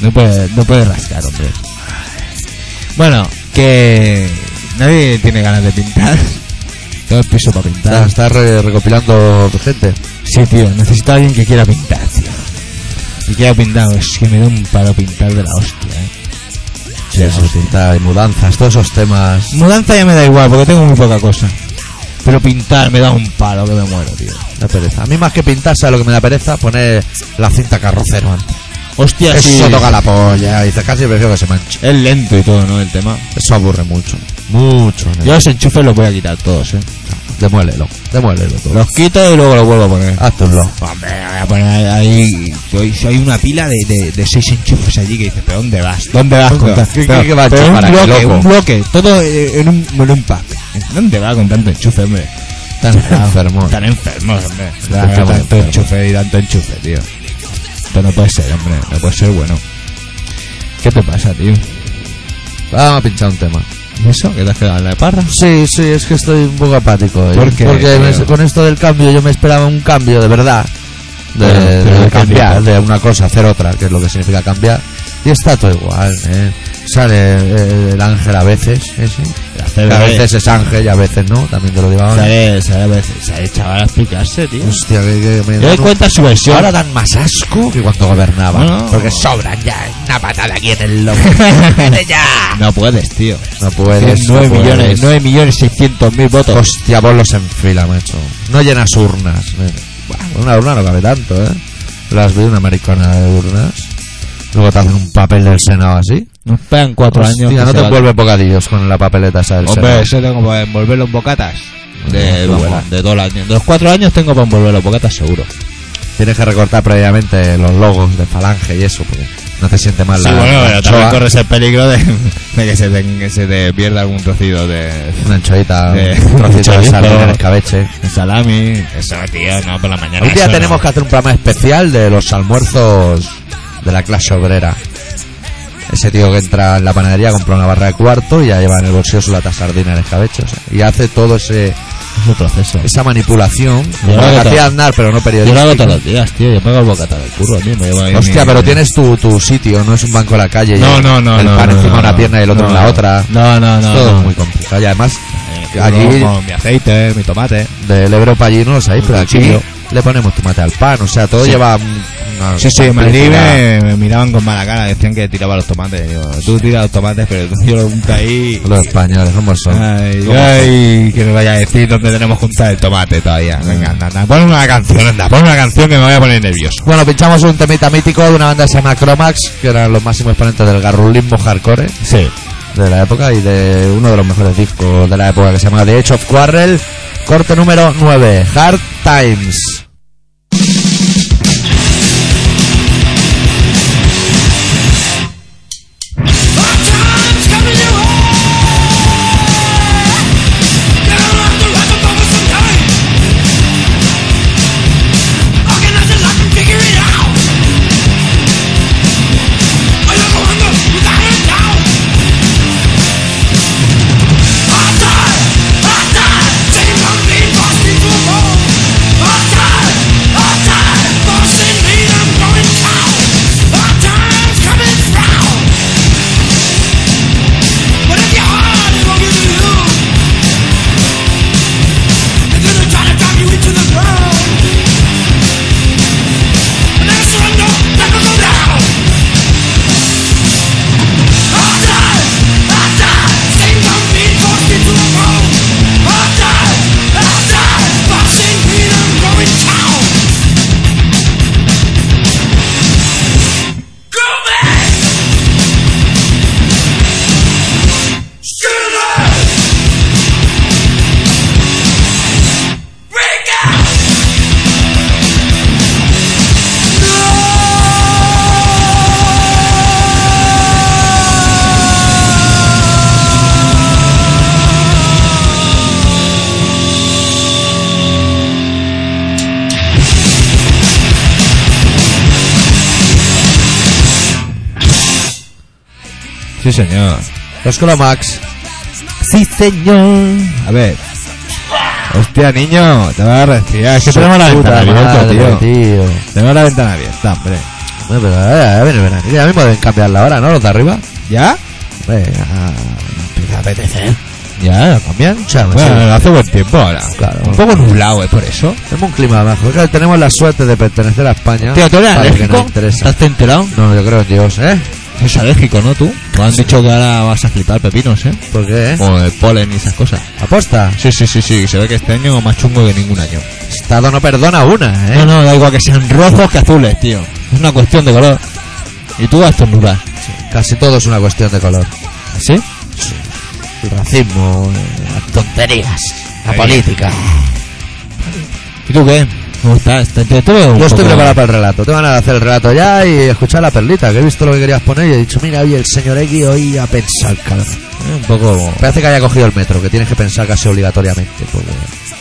No puedes no puedes rascar, hombre. Bueno, que nadie tiene ganas de pintar. Todo el piso para pintar. Estás está re- recopilando gente. Sí, tío, necesito a alguien que quiera pintar, tío. Y quiera pintar, es que me da un paro pintar de la hostia, eh. Sí, eso sí, está, y mudanzas, todos esos temas. Mudanza ya me da igual, porque tengo muy poca cosa. Pero pintar me da un palo que me muero, tío. La pereza. A mí más que pintar, ¿sabes lo que me da pereza? Poner la cinta carrocero antes. Hostia, sí. Eso toca la polla. Dices, casi prefiero que se manche. Es lento y todo, ¿no? El tema. Eso aburre mucho. Mucho. Yo los enchufes los voy a quitar todos, eh. Demuélelo. Demuélelo todo. Los quito y luego los vuelvo a poner. Hazte un log. Hombre, voy a poner ahí. Soy, soy una pila de, de, de seis enchufes allí que dices, ¿pero dónde vas? ¿Dónde vas ¿Dónde con vas? tan- ¿Qué- pero- qué- qué vas a pero enchufar un aquí, bloque, loco? un bloque, todo eh, en un, en un pack. ¿Dónde vas con tanto enchufe, hombre? Tan enfermo. Tan enfermo, hombre. Claro, Pues Tanto tanto enchufe y tanto enchufe, tío. Esto no puede ser, hombre. No puede ser bueno. ¿Qué te pasa, tío? Vamos a pinchar un tema. ¿Y eso? ¿Que te has quedado en la parra? Sí, sí, es que estoy un poco apático. hoy. ¿Por qué, Porque me- tío? con esto del cambio yo me esperaba un cambio de verdad. de, Pero- de- pero de de cambiar cambiar. de una cosa a hacer otra, que es lo que significa cambiar. Y está todo igual, ¿eh? Sale eh, el ángel a veces, ese, que a veces es ángel y a veces no, también te lo digo ahora. Sale, sale, a veces- sale el chaval a explicarse, tío. Hostia, que, que me Yo Pues, doy dan un- cuenta su versión. ahora dan más asco que cuando gobernaban. No. Porque sobran ya una patada aquí en el lomo. ¡Vete ya! no puedes, tío. No puedes. Tienes no 9 puedes. millones, 9 millones 600 mil votos. Hostia, vos los enfila, macho. No llenas urnas. eh. Buah, Una urna no cabe tanto, ¿eh? Las vi una maricona de urnas. Luego te hacen un papel del Senado así. Nos pegan 4 Hostia, años. que no se te va- envuelves bocadillos con la papeleta esa del Hombre, Senado. eso tengo para envolver los bocatas. De, Muy vamos, buena. de todo el año. De los 4 años tengo para envolver los bocatas, seguro. Tienes que recortar previamente los logos de falange y eso, porque no te siente mal la, la anchoa. el peligro de, de que se te, que se te pierda algún trocito de Una anchoita, Eh, un trocito de chorizo. sardina en escabeche. salami. Eso, tío, no, por la mañana. Un día tenemos que hacer un programa especial de los almuerzos de la clase obrera. Ese tío que entra en la panadería, compra una barra de cuarto y ya lleva en el bolsillo su lata sardina en escabecho. o sea, y hace todo ese Es un proceso. esa manipulación. Yo Como lo la que hago hacía Aznar, pero no Yo lo hago periodista. todos los días, tío. Yo me hago el bocata del curro, tío. Me llevo ahí Hostia, mi- pero tienes tu, tu sitio, no es un banco a la calle. No, y no, no. El no, pan no, encima no, una no. pierna y el otro No, en la otra. No, no, no. todo no. muy complicado. Y además, Eh, que curro allí- Con mi aceite, mi tomate. del Ebro para allí no los hay, pero aquí cuchillo. le ponemos tomate al pan. O sea, todo Sí. lleva. un- una Sí, sí, en Madrid complejidad. me, me miraban con mala cara, decían que tiraba los tomates. Digo, tú tiras los tomates, pero tú yo los junto ahí. Los españoles, ¿cómo son? Ay, ¿Cómo ay, que me vaya a decir dónde tenemos juntar el tomate todavía. Venga, anda, anda, pon una canción, anda, pon una canción que me voy a poner nervioso. Bueno, pinchamos un temita mítico de una banda que se llama Cromax, que eran los máximos exponentes del garrulismo hardcore Sí. de la época y de uno de los mejores discos de la época que se llama The Edge of Quarrel, corte número 9, Hard Times. Round. But if your heart is what you do, they're gonna try to drive you into the ground. And never surrender, never go down. I'll die, I'll die. Same company forced me to the ground. I'll die, I'll die. Boxing freedom, growing town. Go back. Break out! Sí, señor. Los Cromax. Sí, señor. A ver. Hostia, niño, te vas a respirar. Es que tenemos la Puta ventana abierta, madre, tío. tío. Tenemos la ventana abierta, hombre. Bueno, pero a ver, a ver, a ver, a ver. Ya mismo deben cambiarla ahora, ¿no? Los de arriba. ¿Ya? Venga, empieza a apetecer. Ya, la cambian. O sea, ¿eh? Bueno, sí. hace buen tiempo ahora. Claro. Un poco nublado, ¿es por eso? Tenemos un clima abajo. Claro, tenemos la suerte de pertenecer a España. Tío, ¿tú eres Para lo que nos alérgico? interesa. ¿Estás enterado? No, yo creo en Dios, ¿eh? Es alérgico, ¿no, tú? Me han dicho que ahora vas a flipar pepinos, ¿eh? ¿Por qué, eh? Como el polen y esas cosas. Aposta. Sí, sí, sí, sí. Se ve que este año más chungo que ningún año. Estado no perdona una, ¿eh? No, no, da igual que sean rojos que azules, tío. Es una cuestión de color. Y tú vas a estornudar. Casi todo es una cuestión de color. ¿Sí? El racismo, eh, las tonterías, la Ahí. política. ¿Y tú qué? ¿Cómo estás? ¿Te, te, te veo un Yo estoy poco- preparado para el relato. Te van a hacer el relato ya y escuchar la perlita, que he visto lo que querías poner y he dicho, mira, oye, el señor X hoy a pensar, cabrón. eh, Un poco... Parece que haya cogido el metro, que tienes que pensar casi obligatoriamente, porque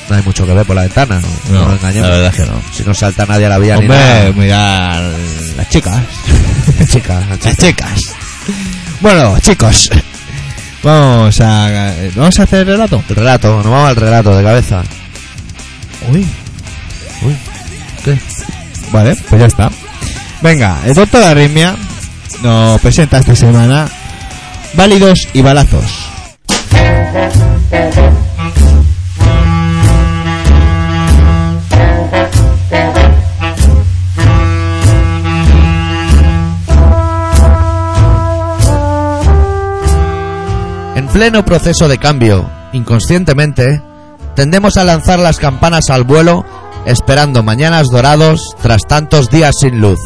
no hay mucho que ver por la ventana, no, no No, nos engañemos. la verdad es que no. Si no salta nadie a la vía ni Hombre, nada. mira... Las chicas. Chica, Las chicas. Bueno, chicos. Vamos a... Vamos a hacer el relato. el relato, nos vamos al relato de cabeza. Uy. ¿Qué? Vale, pues ya está. Venga, el doctor de Arritmia nos presenta esta semana Válidos y Balazos. En pleno proceso de cambio, inconscientemente, tendemos a lanzar las campanas al vuelo esperando mañanas dorados tras tantos días sin luz.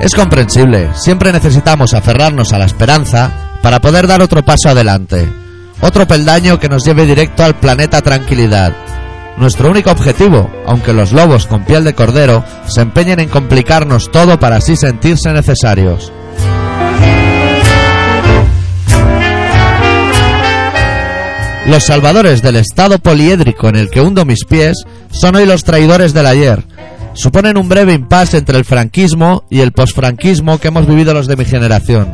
Es comprensible, siempre necesitamos aferrarnos a la esperanza para poder dar otro paso adelante, otro peldaño que nos lleve directo al planeta tranquilidad. Nuestro único objetivo, aunque los lobos con piel de cordero se empeñen en complicarnos todo para así sentirse necesarios. Los salvadores del estado poliédrico en el que hundo mis pies son hoy los traidores del ayer. Suponen un breve impasse entre el franquismo y el posfranquismo que hemos vivido los de mi generación.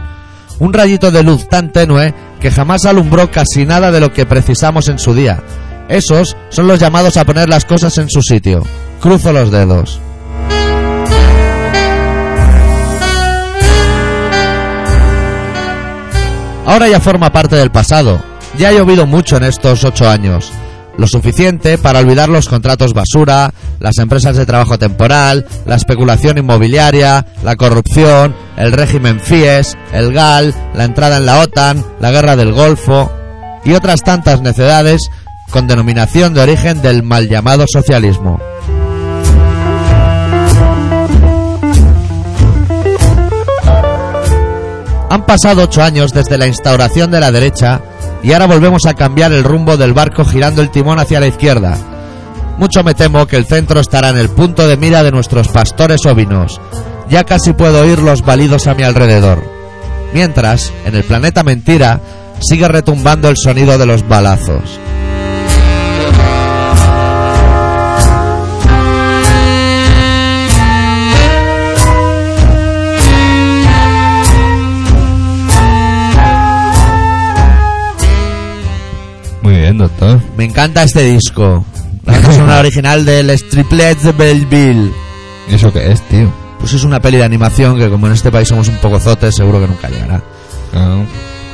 Un rayito de luz tan tenue que jamás alumbró casi nada de lo que precisamos en su día. Esos son los llamados a poner las cosas en su sitio. Cruzo los dedos. Ahora ya forma parte del pasado. Ya ha llovido mucho en estos ocho años. Lo suficiente para olvidar los contratos basura, las empresas de trabajo temporal, la especulación inmobiliaria, la corrupción, el régimen FIES, el GAL, la entrada en la OTAN, la guerra del Golfo y otras tantas necedades con denominación de origen del mal llamado socialismo. Han pasado ocho años desde la instauración de la derecha y ahora volvemos a cambiar el rumbo del barco girando el timón hacia la izquierda. Mucho me temo que el centro estará en el punto de mira de nuestros pastores ovinos. Ya casi puedo oír los balidos a mi alrededor. Mientras, en el planeta mentira, sigue retumbando el sonido de los balazos. Muy bien, doctor. Me encanta este disco. La canción original de Les Triplets de Belleville. ¿Eso qué es, tío? Pues es una peli de animación que como en este país somos un poco zotes, seguro que nunca llegará. Ah,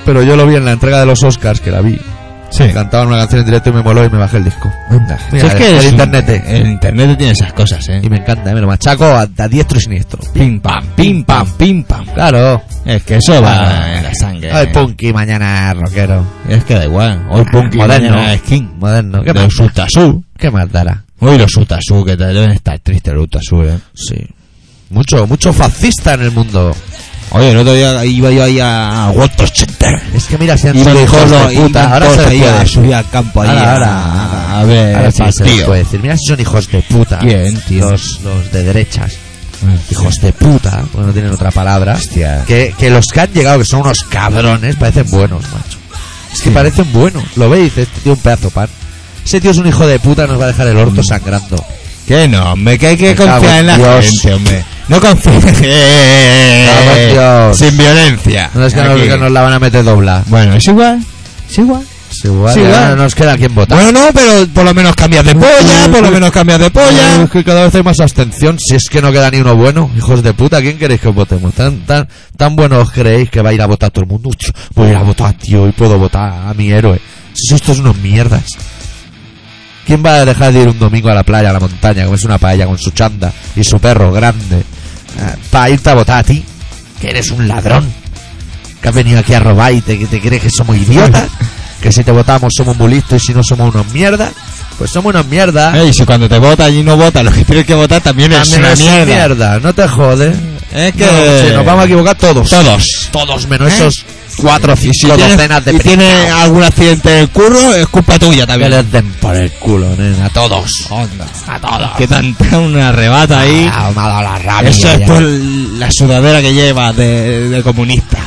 Pero yo lo vi en la entrega de los Oscars, que la vi. sí. Cantaban una canción en directo y me moló y me bajé el disco. Anda. Mira, Si es que el eres un- internet, eh. El internet tiene esas cosas, eh. Y me encanta, eh, me lo machaco a, a diestro y siniestro. Pim pam, pim pam, pim pam. Claro. Es que eso Ah, va eh. en la sangre. Hoy punky, mañana rockero. Es que da igual. Hoy Punky moderno. mañana skin. Moderno. ¿Qué más? Los Utasu. ¿Qué más dará? Hoy los Utasu, que te deben estar tristes los Utasu, eh. Sí. Mucho, mucho fascista en el mundo. Oye, el otro día iba yo ahí a, a World Trade Center. Es que mira si han Y sido me hijos de puta. Ahora se les puede. a subir al campo ahí. Ahora, a- ahora, a ver, Ahora sí se les tío. puede decir. Mira si son hijos de puta. ¿Quién, tío? Los, los de derechas. Hijos Hijos de puta. Bueno, no tienen otra palabra. Hostia. Que, que los que han llegado, que son unos cabrones, parecen buenos, macho. Es que Sí. parecen buenos. Lo veis, este tío es un pedazo de pan. Ese tío es un hijo de puta, nos va a dejar el orto sangrando. Que no, hombre, que hay que Me cago confiar en en la Dios. gente, hombre. No confíes. cago en Dios. Sin violencia. No es que, nos, Aquí. que nos la van a meter dobla. Bueno, es igual. Es igual. Es igual, Sí, ya igual. no nos queda quien votar. Bueno, no, pero por lo menos cambias de polla, por lo menos cambias de Oye, polla. es que cada vez hay más abstención. Si es que no queda ni uno bueno, hijos de puta, ¿quién queréis que os votemos? Tan, tan, tan buenos creéis que va a ir a votar todo el mundo. Hostia, voy a ir a votar, tío, y puedo votar a mi héroe. Si estos unos mierdas. ¿Quién va a dejar de ir un domingo a la playa, a la montaña, a comerse una paella con su chanda y su perro grande? Para irte a votar a ti, que eres un ladrón. Que has venido aquí a robar y te, te crees que somos idiotas. Que si te votamos somos muy listos y si no somos unos mierdas. Pues somos unos mierdas. Eh, y si cuando te votan y no votan, los que tienes que votar también es También una es mierda. no te jodes. Es que No, si nos vamos a equivocar todos. todos. Todos menos ¿Eh? esos cuatro o Y si cinco docenas tienes, de y tienes pringaos. algún accidente en el curro, es culpa tuya Que también. les den por el culo, nena. A todos. A todos. Que te han dado una arrebata ahí. Ah, me ha dado la rabia. Eso ya. es por la sudadera que llevas de, de comunista.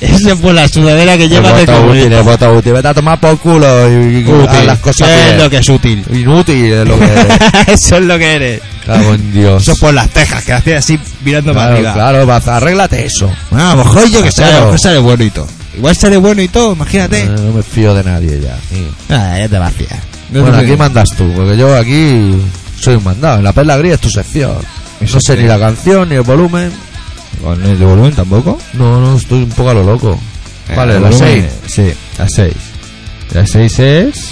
Eso es por la sudadera que El llevas de voto útil, comunista. el voto útil. Vete a tomar por culo y, y haz Útil. las cosas Eso es bien. lo que es útil. Inútil es lo que eres. Eso es lo que eres. Cago en Dios. Eso es por las tejas, que hacías así mirando para claro, arriba. claro, baza, arréglate eso. Bueno, a lo mejor yo que sé, a lo Claro. mejor sale bueno y todo. Igual sale bueno y todo, imagínate. Eh, No me fío de nadie ya. Ah, ya te va a fiar. No bueno, sé. aquí mandas tú, porque yo aquí soy un mandado. La perla gris es tu sección. No sé sí. ni la canción, ni el volumen. Con el volumen tampoco. No, no, estoy un poco a lo loco. ¿Cuál es el la volumen, 6? Sí, las 6. Las 6 es.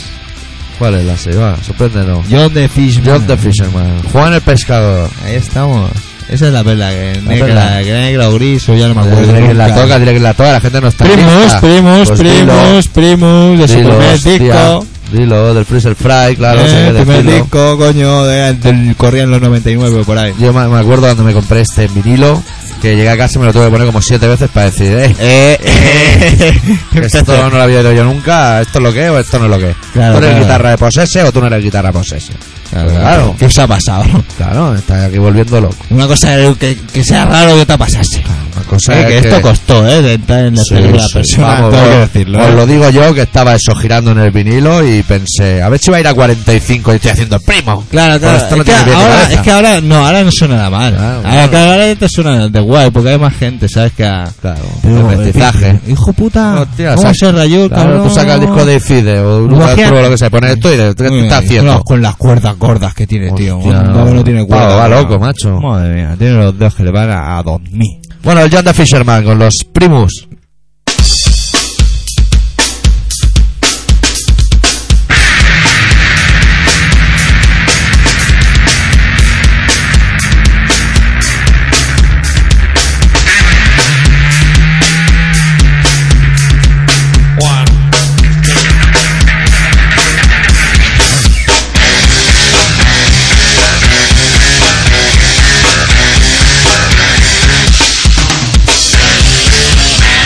¿Cuál es la 6? Va, sorpréndenos. John the Fishman. John the Fisherman. Juan el Pescador. Ahí estamos. Esa es la perla que es La negra, perla. que negra o gris, o ya no me acuerdo. Dile que la nunca. toca, dile que la toca, la gente no está Primos, lista. primos, Pues dilo, primos, primos, de su dilo, primer hostia. disco. Dilo, del Freezer Fry, claro, Eh, sé que primer decirlo. disco, coño, de- del- corría en los 99 por ahí. Yo me, me acuerdo cuando me compré este vinilo, que llegué a casa y me lo tuve que poner como siete veces para decir, eh, Eh, eh. Este esto no lo había oído yo nunca, esto es lo que es o esto no es lo que es. Claro, ¿Tú eres claro. guitarra de posese o tú no eres guitarra de posese? Claro, Claro. ¿Qué os ha pasado? Claro, estás aquí volviendo loco. Una cosa es que, que sea raro que otra pasase. La cosa Eh, es que esto costó, ¿eh? De entrar en la Sí, cerebro de la sí, persona. vamos, tengo que os- decirlo. Os ¿eh? lo digo yo que estaba eso girando en el vinilo y pensé, a ver si va a ir a 45 y estoy haciendo primo. Claro, Pero claro. esto no es, que tiene pie ni ahora, cabeza. es que ahora no, ahora no suena nada mal. Claro, ahora, claro. claro, ahora te suena de guay, porque hay más gente, ¿sabes? Que a- Claro, Pero, el mestizaje. eh, Hijo puta, Hostia, ¿cómo saca- se rayó, Claro, cabrón? tú sacas el disco de Fide o un Lo lugar bajea- pro, lo que sea, pones esto y de- ¿qué Muy está bien, haciendo? no, Con las cuerdas gordas que tiene, tío. Hostia, Un cabrón no tiene pavo, cuerdas. va ¿no? loco, macho. Madre mía, tiene los dedos que le van a, a 2000. Bueno, el John the Fisherman con los primus. One,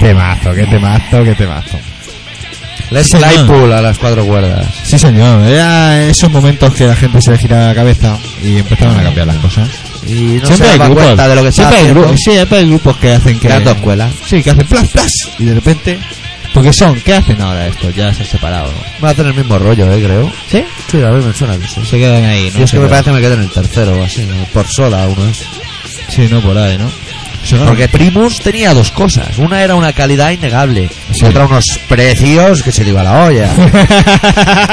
temazo, qué temazo, qué temazo. Les Sí, señor. Claypool a las cuatro cuerdas. Sí, señor. Era esos momentos que la gente se le giraba la cabeza y empezaban a cambiar las cosas. Y no se daba cuenta de lo que siempre, estaba hay haciendo. grupos sí, siempre hay grupos que hacen que... Creando escuelas. Sí, que hacen plas, plas. Y de repente... Porque son... ¿Qué hacen ahora estos? Ya se han separado, ¿no? Van a hacer el mismo rollo, eh, creo. ¿Sí? Sí, a ver, me suena que sí. Se quedan ahí, ¿no? Yo es que Se me quedan- parece que me quedé en el tercero o así, ¿no? por sola uno es. Sí, no, por ahí, ¿no? Son- Porque Primus tenía dos cosas. Una era una calidad innegable. Sí. Y otra unos precios que se le iba la olla.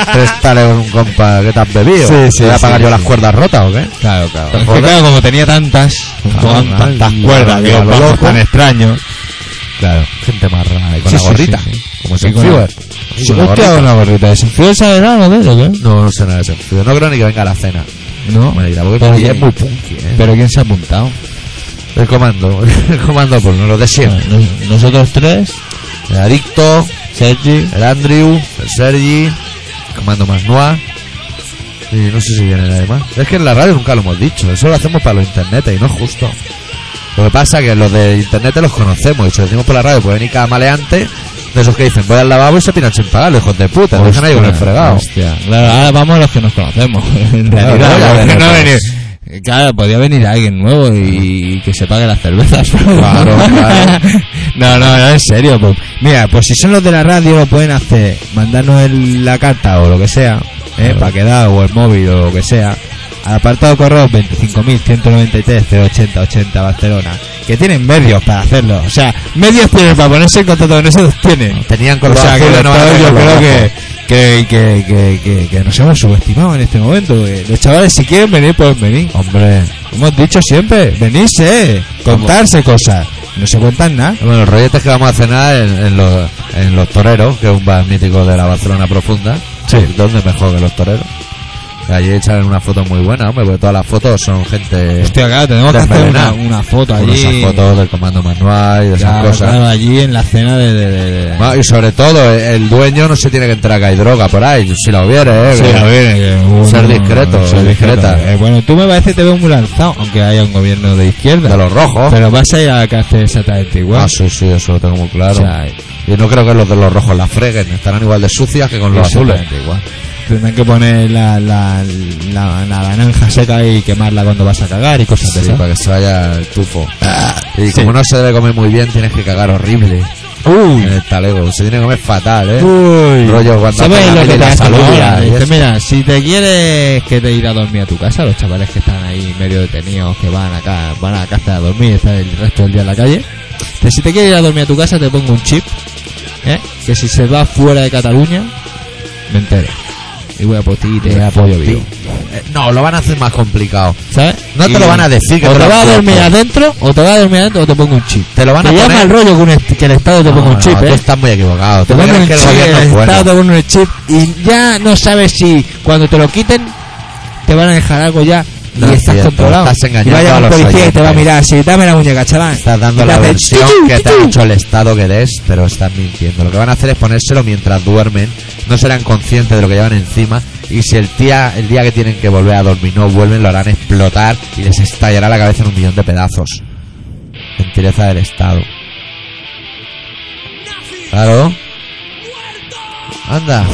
Tres talos un compa que te has bebido. Sí, sí, ¿Te voy a sí, pagar yo sí. las cuerdas rotas o qué? Claro, claro. ¿Te Es que, jodas? claro, como tenía tantas, Claro, tantas y cuerdas, a que lo los bajos loco. tan extraños. Claro. Gente más rara. Y con Sí, la sí, gorrita. sí, sí. Como Y se con la- Sí, con la Hostia, gorrita. una gorrita. ¿Es influenza de algo de lo que? No, no sé nada de Senfío. No creo ni que venga a la cena. No. Bueno, y tampoco Pero porque quién- es muy punky, ¿eh? Pero ¿quién se ha apuntado? El comando. El comando por no lo de siempre. Nos- Nosotros tres, El adicto. Sergi, El Andrew, el Sergi, el Comando Más Noir. Y no sé si viene nadie más. Es que en la radio nunca lo hemos dicho, eso lo hacemos para los internet y no es justo. Lo que pasa es que los de internet los conocemos y si lo decimos por la radio, puede venir cada maleante de esos que dicen voy al lavabo y se piran sin pagar, los hijos de puta, nos dejan ahí con el Hostia, fregado. hostia. Claro, ahora vamos a los que nos conocemos. En Claro, realidad, claro, claro, porque no ha claro. venido- Claro, podía venir alguien nuevo y que se pague las cervezas. Claro, claro. No, no, no, en serio. pues. Mira, pues si son los de la radio, lo pueden hacer. Mandarnos el- la carta o lo que sea, ¿eh? Claro. para quedar, o el móvil o lo que sea. Al apartado correo 25.193-080-80 Barcelona. Que tienen medios para hacerlo. O sea, medios tienen para ponerse en contacto con nosotros. Tienen. Tenían con O los sea, que azules, no van a todo tener yo con los creo rojos. que, que, que, que, que- que nos hemos subestimado en este momento. que Los chavales, si quieren venir, pueden venir. Hombre, Hemos dicho siempre, venirse, eh, contarse cosas. No se cuentan nada. bueno, el rollete es que vamos a cenar en, en los, en Los Toreros, que es un bar mítico de la Barcelona profunda. Sí. ¿Dónde mejor que Los Toreros? Allí echan una foto muy buena, hombre, porque todas las fotos son gente... Hostia, claro, tenemos que hacer una, una foto Con allí. esas fotos del comando manual y de esas Claro, cosas. claro, allí en la cena de. de- de- de- No, y sobre todo, el- el dueño no se tiene que enterar que hay droga por ahí, si la hubiera, ¿eh? Sí, Que- a ver, eh, bueno, Ser discreto, ser discreto. discreta. Eh, bueno, tú me parece que te veo muy lanzado, aunque haya un gobierno de izquierda. De los rojos. Pero vas a ir a la cárcel exactamente igual. Ah, sí, sí, eso lo tengo muy claro. O sea, y no creo que los de los rojos la freguen, estarán igual de sucias que con los azules. Exactamente igual. Tendrán que poner la, la, la, la naranja seca y quemarla cuando vas a cagar y cosas Sí, de esas. para que se vaya el tufo. ¿Eh? Ah, Y sí. como no se debe comer muy bien, tienes que cagar horrible en Uy, el talego. Se tiene que comer fatal, ¿eh? uy. Rollo cuando ¿Sabes hacen la lo que peli te de hacen salud, ahora? ya, Dice, y eso. mira, si te quieres que te ir a dormir a tu casa, los chavales que están ahí medio detenidos, que van acá, van a casa a dormir, están el resto del día en la calle. Dice, si te quieres ir a dormir a tu casa, te pongo un chip, ¿eh? que si se va fuera de Cataluña, me entero. Y voy a por ti y te apoyo vivo. Eh, No, lo van a hacer más complicado. ¿Sabes? No te Y- lo van a decir, que o te te lo vas a han dormir puesto. adentro, o te vas a dormir adentro, o te pongo un chip. Te lo van a Te poner. llama el rollo que, un est- que el Estado te ponga No, un chip, no, tú ¿eh? estás muy equivocado. Te Tú ponen crees un que el chip, gobierno el es bueno. Estado te pone un chip y ya no sabes si cuando te lo quiten te van a dejar algo ya y No es estás cierto, controlado. estás engañando y va a llegar a un los policía y te va a oyentes. mirar así, dame la muñeca, chaval. Estás dando Y te la hace versión chichu, que te chichu. ha hecho el Estado que des, pero estás mintiendo. Lo que van a hacer es ponérselo mientras duermen, no serán conscientes de lo que llevan encima y si el día, el día que tienen que volver a dormir no vuelven, lo harán explotar y les estallará la cabeza en un millón de pedazos. Gentileza del Estado. Claro. Anda.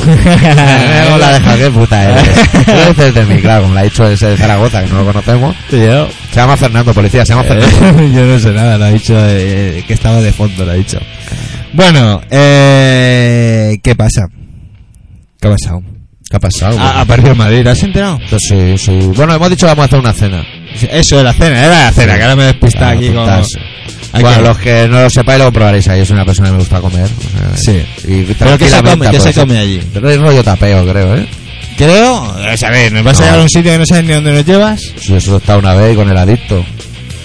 no la deja, qué puta eres. Tú eres de mí, claro, como la ha dicho ese de Zaragoza, que no lo conocemos. Yo, Se llama Fernando, policía, se llama Fernando. eh, yo no sé nada, lo ha dicho eh, que estaba de fondo, lo ha dicho. Bueno, eh, ¿qué pasa? ¿Qué ha pasado? ¿Qué ha pasado? Ah, apareció en Madrid, ¿te has enterado? Sí, sí. Bueno, hemos dicho que vamos a hacer una cena. Eso, de la cena, era la cena, que ahora me despista Claro, aquí como... pintarse. Aquí. Ah, pues Bueno, los que no lo sepáis lo probaréis ahí. Yo soy una persona que me gusta comer. o sea, Sí. Y Pero ¿qué se come? tranquilamente, ¿Qué se pues, come allí? Pero es rollo tapeo, creo, ¿eh? Creo, o sea, a ver, nos vas No. Eh. a llevar a un sitio que no sabes ni dónde nos llevas. Si eso está una vez y con el adicto.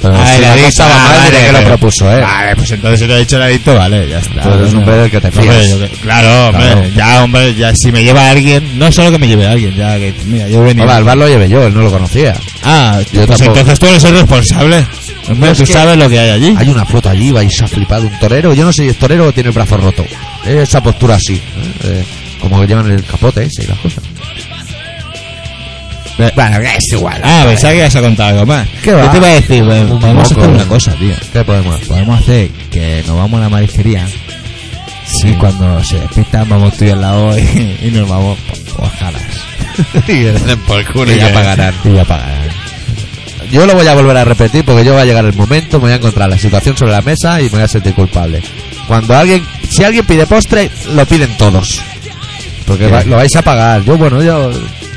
Pero Ah, si el la adicto, cosa va ah, mal, vale, diré que lo pero- propuso, ¿eh? Vale, pues entonces te lo ha dicho el adicto, vale, ya está. Tú eres un hombre del que te Hombre, fías. yo que- claro, hombre, Claro. ya, hombre, ya si me lleva alguien, no solo que me lleve alguien, ya que, mira, yo he venido. Hola, al bar lo llevé yo, él no lo conocía. Ah, Yo pues tampoco. entonces tú eres el responsable. Hombre, es tú que- sabes lo que hay allí. Hay una foto allí, vais a flipar de un torero. Yo no sé si es torero o tiene el brazo roto. Esa postura así. ¿eh? Eh, como que llevan el capote ese y las cosas. Bueno, que es igual. Ah, pensaba que ibas a contar algo más. ¿Qué Yo va? te iba a decir, Un podemos poco. hacer una cosa, tío. ¿Qué podemos hacer? Podemos hacer que nos vamos a la marisquería Y cuando se despistan, vamos tú y al lado y, y nos vamos por las caras. y le den por culo Y ya que- pagarán. Y ya pagarán. Yo lo voy a volver a repetir porque yo va a llegar el momento, me voy a encontrar la situación sobre la mesa y me voy a sentir culpable. Cuando alguien, si alguien pide postre, lo piden todos. Porque Sí. va- lo vais a pagar. Yo, bueno, yo,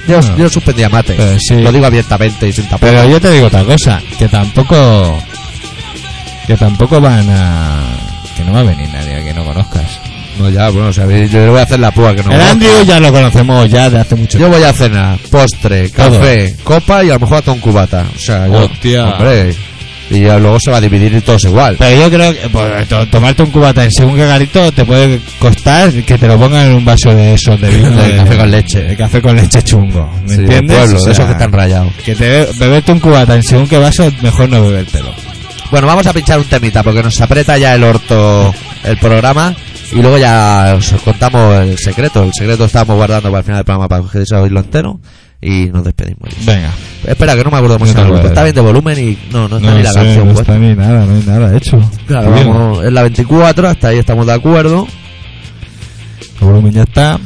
yo, No. yo suspendía mate. Pero sí. Lo digo abiertamente y sin tapujos. Pero yo te digo otra cosa, que tampoco. Que tampoco van a. Que no va a venir nadie que no conozcas. No, ya, bueno, o sea, yo le voy a hacer la púa que no. El Andrew ya lo conocemos ya de hace mucho Yo voy a cenar postre, café, copa y a lo mejor hasta un cubata. O sea, yo- Hostia. hombre. Y ya luego se va a dividir y todos igual. Pero yo creo que pues, to- tomarte un cubata en según qué garito te puede costar que te lo pongan en un vaso de esos de vino. De café con leche. De café con leche chungo. ¿Me Sí, del entiendes? pueblo, O sea, ah. de esos que están rayados. que te be- beberte un cubata en según qué vaso, mejor no bebértelo. Bueno, vamos a pinchar un temita porque nos aprieta ya el orto el programa y luego ya os contamos el secreto. El secreto estábamos guardando para el final del programa para cogerse a oírlo entero y nos despedimos. Venga. Espera, que no me acuerdo cómo No se te llama el grupo. acuerdas. Está bien de volumen y no, no está ni la sé, canción no puesta. está ni nada, no hay nada hecho. Claro, Bien. vamos, es la 24, hasta ahí estamos de acuerdo. El volumen ya está.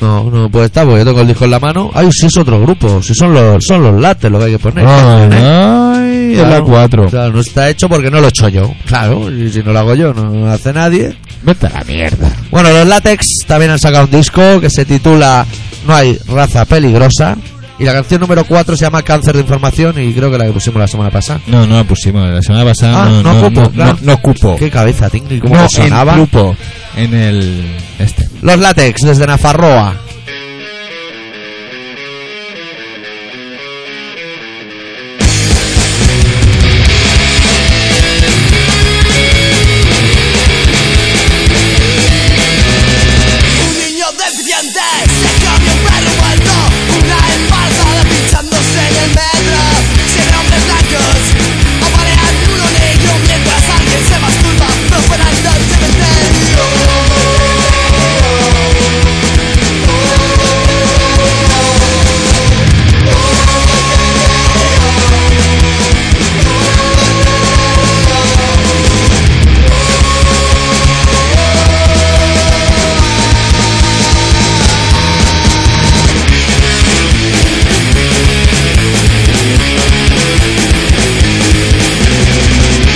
No, no puede estar porque yo tengo el disco en la mano. Ay, si es otro grupo, si son los, son los lates lo que hay que poner. ¿Eh? Ay, ay, es la Claro, 4. Claro, no está hecho porque no lo he hecho yo. Claro, y si no lo hago yo, no lo hace nadie. Vete a la mierda. Bueno, los Latex también han sacado un disco que se titula No hay raza peligrosa. Y la canción número 4 se llama Cáncer de Información y creo que la que pusimos la semana pasada. No, no la pusimos. La semana pasada Ah, no, no cupo, claro. no- no cupo. Qué cabeza, Tingle, cómo no me sonaba. En grupo. En el. Este. Los Latex desde Nafarroa. Un niño deficiente se comió un perro muerto Una embarazada pinchándose en el metro Siete hombres blancos aparean uno negro Mientras alguien se masturba no fuera del cementerio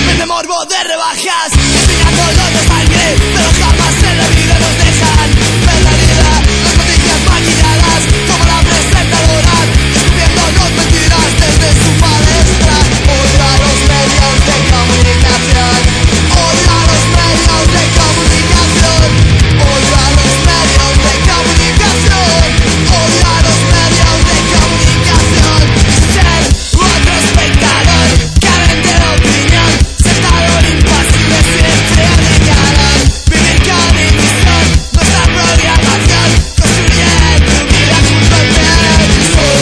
Vende morbo de rebajas Explicando los de sangre Pero jamás en la vida nos dejan ver la vida Las noticias maquilladas Como la presentadora Descubriendo los mentiras desde su palestra Odio a los medios de comunicación Odio a los medios de comunicación Odio a los medios de comunicación Odio a los medios de comunicación Ser otro espectador Carente de opinión Sentaron impasibles siempre obligaron Vivir con ilusión Nuestra programación Construyen tu vida junto al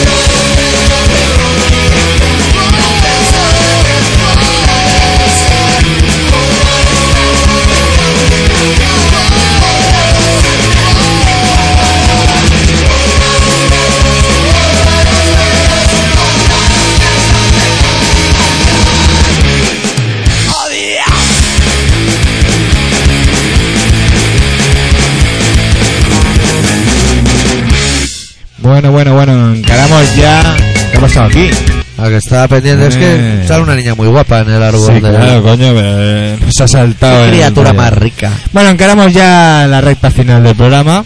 Odia. Bueno, bueno, bueno, encaramos ya. ¿Qué ha pasado aquí? La que estaba pendiente es que Eh. sale una niña muy guapa en el árbol de coño, pero eh, nos ha saltado. Pues, Qué el- criatura más rica. Bueno, encaramos ya la recta final del programa.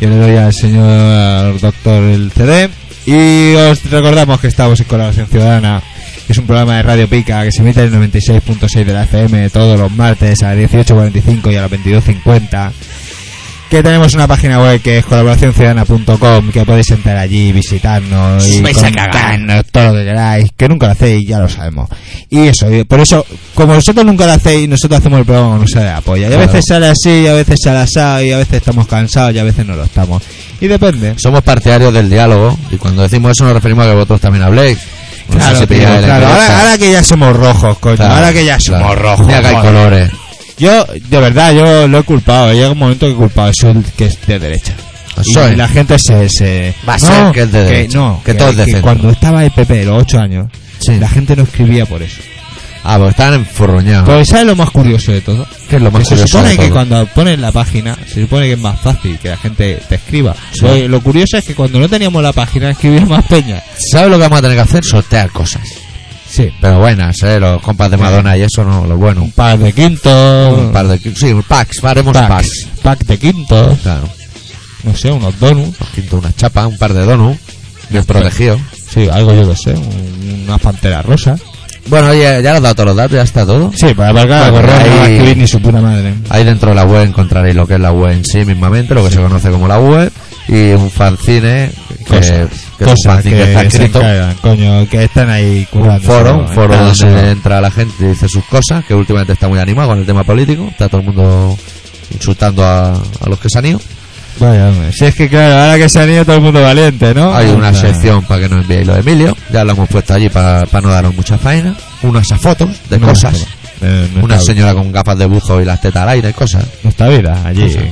Yo le doy al señor doctor el CD. Y os recordamos que estamos en Colaboración Ciudadana. que Es un programa de Radio Pica que se emite en el 96.6 de la FM todos los martes a las 18.45 y a las 22.50. Que tenemos una página web que es colaboracionciudadana.com que podéis entrar allí, visitarnos y Vais a cagar. contarnos todo lo que queráis, que nunca lo hacéis, ya lo sabemos. Y eso, y por eso, como vosotros nunca lo hacéis, nosotros hacemos el programa con sale de la polla. Y a Claro. veces sale así, y a veces sale así, y a veces estamos cansados, y a veces no lo estamos. Y depende. Somos partidarios del diálogo y cuando decimos eso nos referimos a que vosotros también habléis. No sé Claro, si tío, pilláis la claro. cabeza. Ahora, ahora que ya somos rojos, coño. Claro, ahora que ya somos claro. rojos. Mira que hay joder. colores. Yo, de verdad, yo lo he culpado. Llega un momento que he culpado. Soy el que es de derecha. Pues Y soy. la gente se... se Va a ser que es de derecha, no, que todo es de centro. E Cuando estaba el PP, los ocho años, Sí. la gente no escribía por eso. Ah, porque estaban enforroñados. Pero ¿sabes lo más curioso de todo? ¿Qué es lo más Pues, Que se curioso supone de que todo? cuando pones la página, se supone que es más fácil que la gente te escriba. Lo, lo curioso es que cuando no teníamos la página escribía más peña. ¿Sabes lo que vamos a tener que hacer? Sortear cosas. Sí. Pero buenas, ¿eh? Los compas de Madonna y eso, no, lo bueno. Un par de quintos. Un par de... Sí, packs, haremos pack, packs. pack de quintos. Claro. No sé, unos donuts. Los quinto, una chapa, un par de donuts. Bien protegido. Sí, algo yo que sé. un- unas panteras rosas. Bueno, oye, ya lo has dado todos los datos, ya está todo. Sí, para aparcar Bueno, correo no va a ahí- escribir ni su puta madre. Ahí dentro de la web encontraréis lo que es la web en sí mismamente, lo que se conoce como la web, y un fanzine, que, Cosas, que es un cosas fanzine que, está se escrito, encargan, ¿eh? coño, que están ahí un currando. foro, un foro Están donde dando- entra la gente y dice sus cosas, que últimamente está muy animado con el tema político, está todo el mundo insultando a, a los que se han ido. Vaya, hombre. Si es que claro, ahora que se han ido todo el mundo valiente, ¿no? Hay una Anda. sección para que nos enviéis los Emilio, ya lo hemos puesto allí para no daros mucha faena, unas fotos de No, cosas, no, no, no una está- señora con gafas de buzo y las tetas al aire, cosas, Nuestra vida allí. Cosas.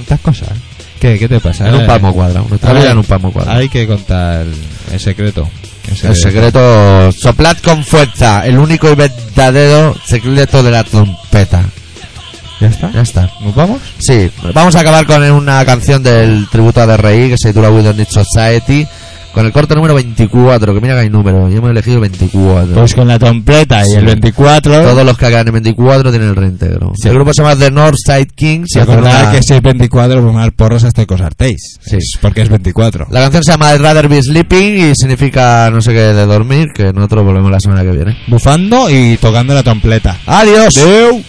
Estas cosas. ¿Qué, qué te pasa? en un Eh, palmo cuadrado, nuestra ahora vida en un palmo cuadrado. Hay que contar el secreto. El secreto, soplad con fuerza, el único y verdadero secreto de la trompeta. ¿Ya está? Ya está. ¿Nos vamos? Sí, vamos a acabar con una canción del tributo a DRI que se titula We Don't Need Society, con el corte número 24, que mira que hay número, yo hemos elegido 24. Pues con la completa y Sí. el 24. Todos los que hagan en 24 tienen el reintegro. Sí. El grupo se llama The Northside Kings y hacen Recordad una- que si es 24, fumar porros hasta que os hartéis. Sí. Es porque es 24. La canción se llama I'd Rather Be Sleeping y significa no sé qué de dormir, que nosotros volvemos la semana que viene. Bufando y tocando la completa. ¡Adiós! Adeu.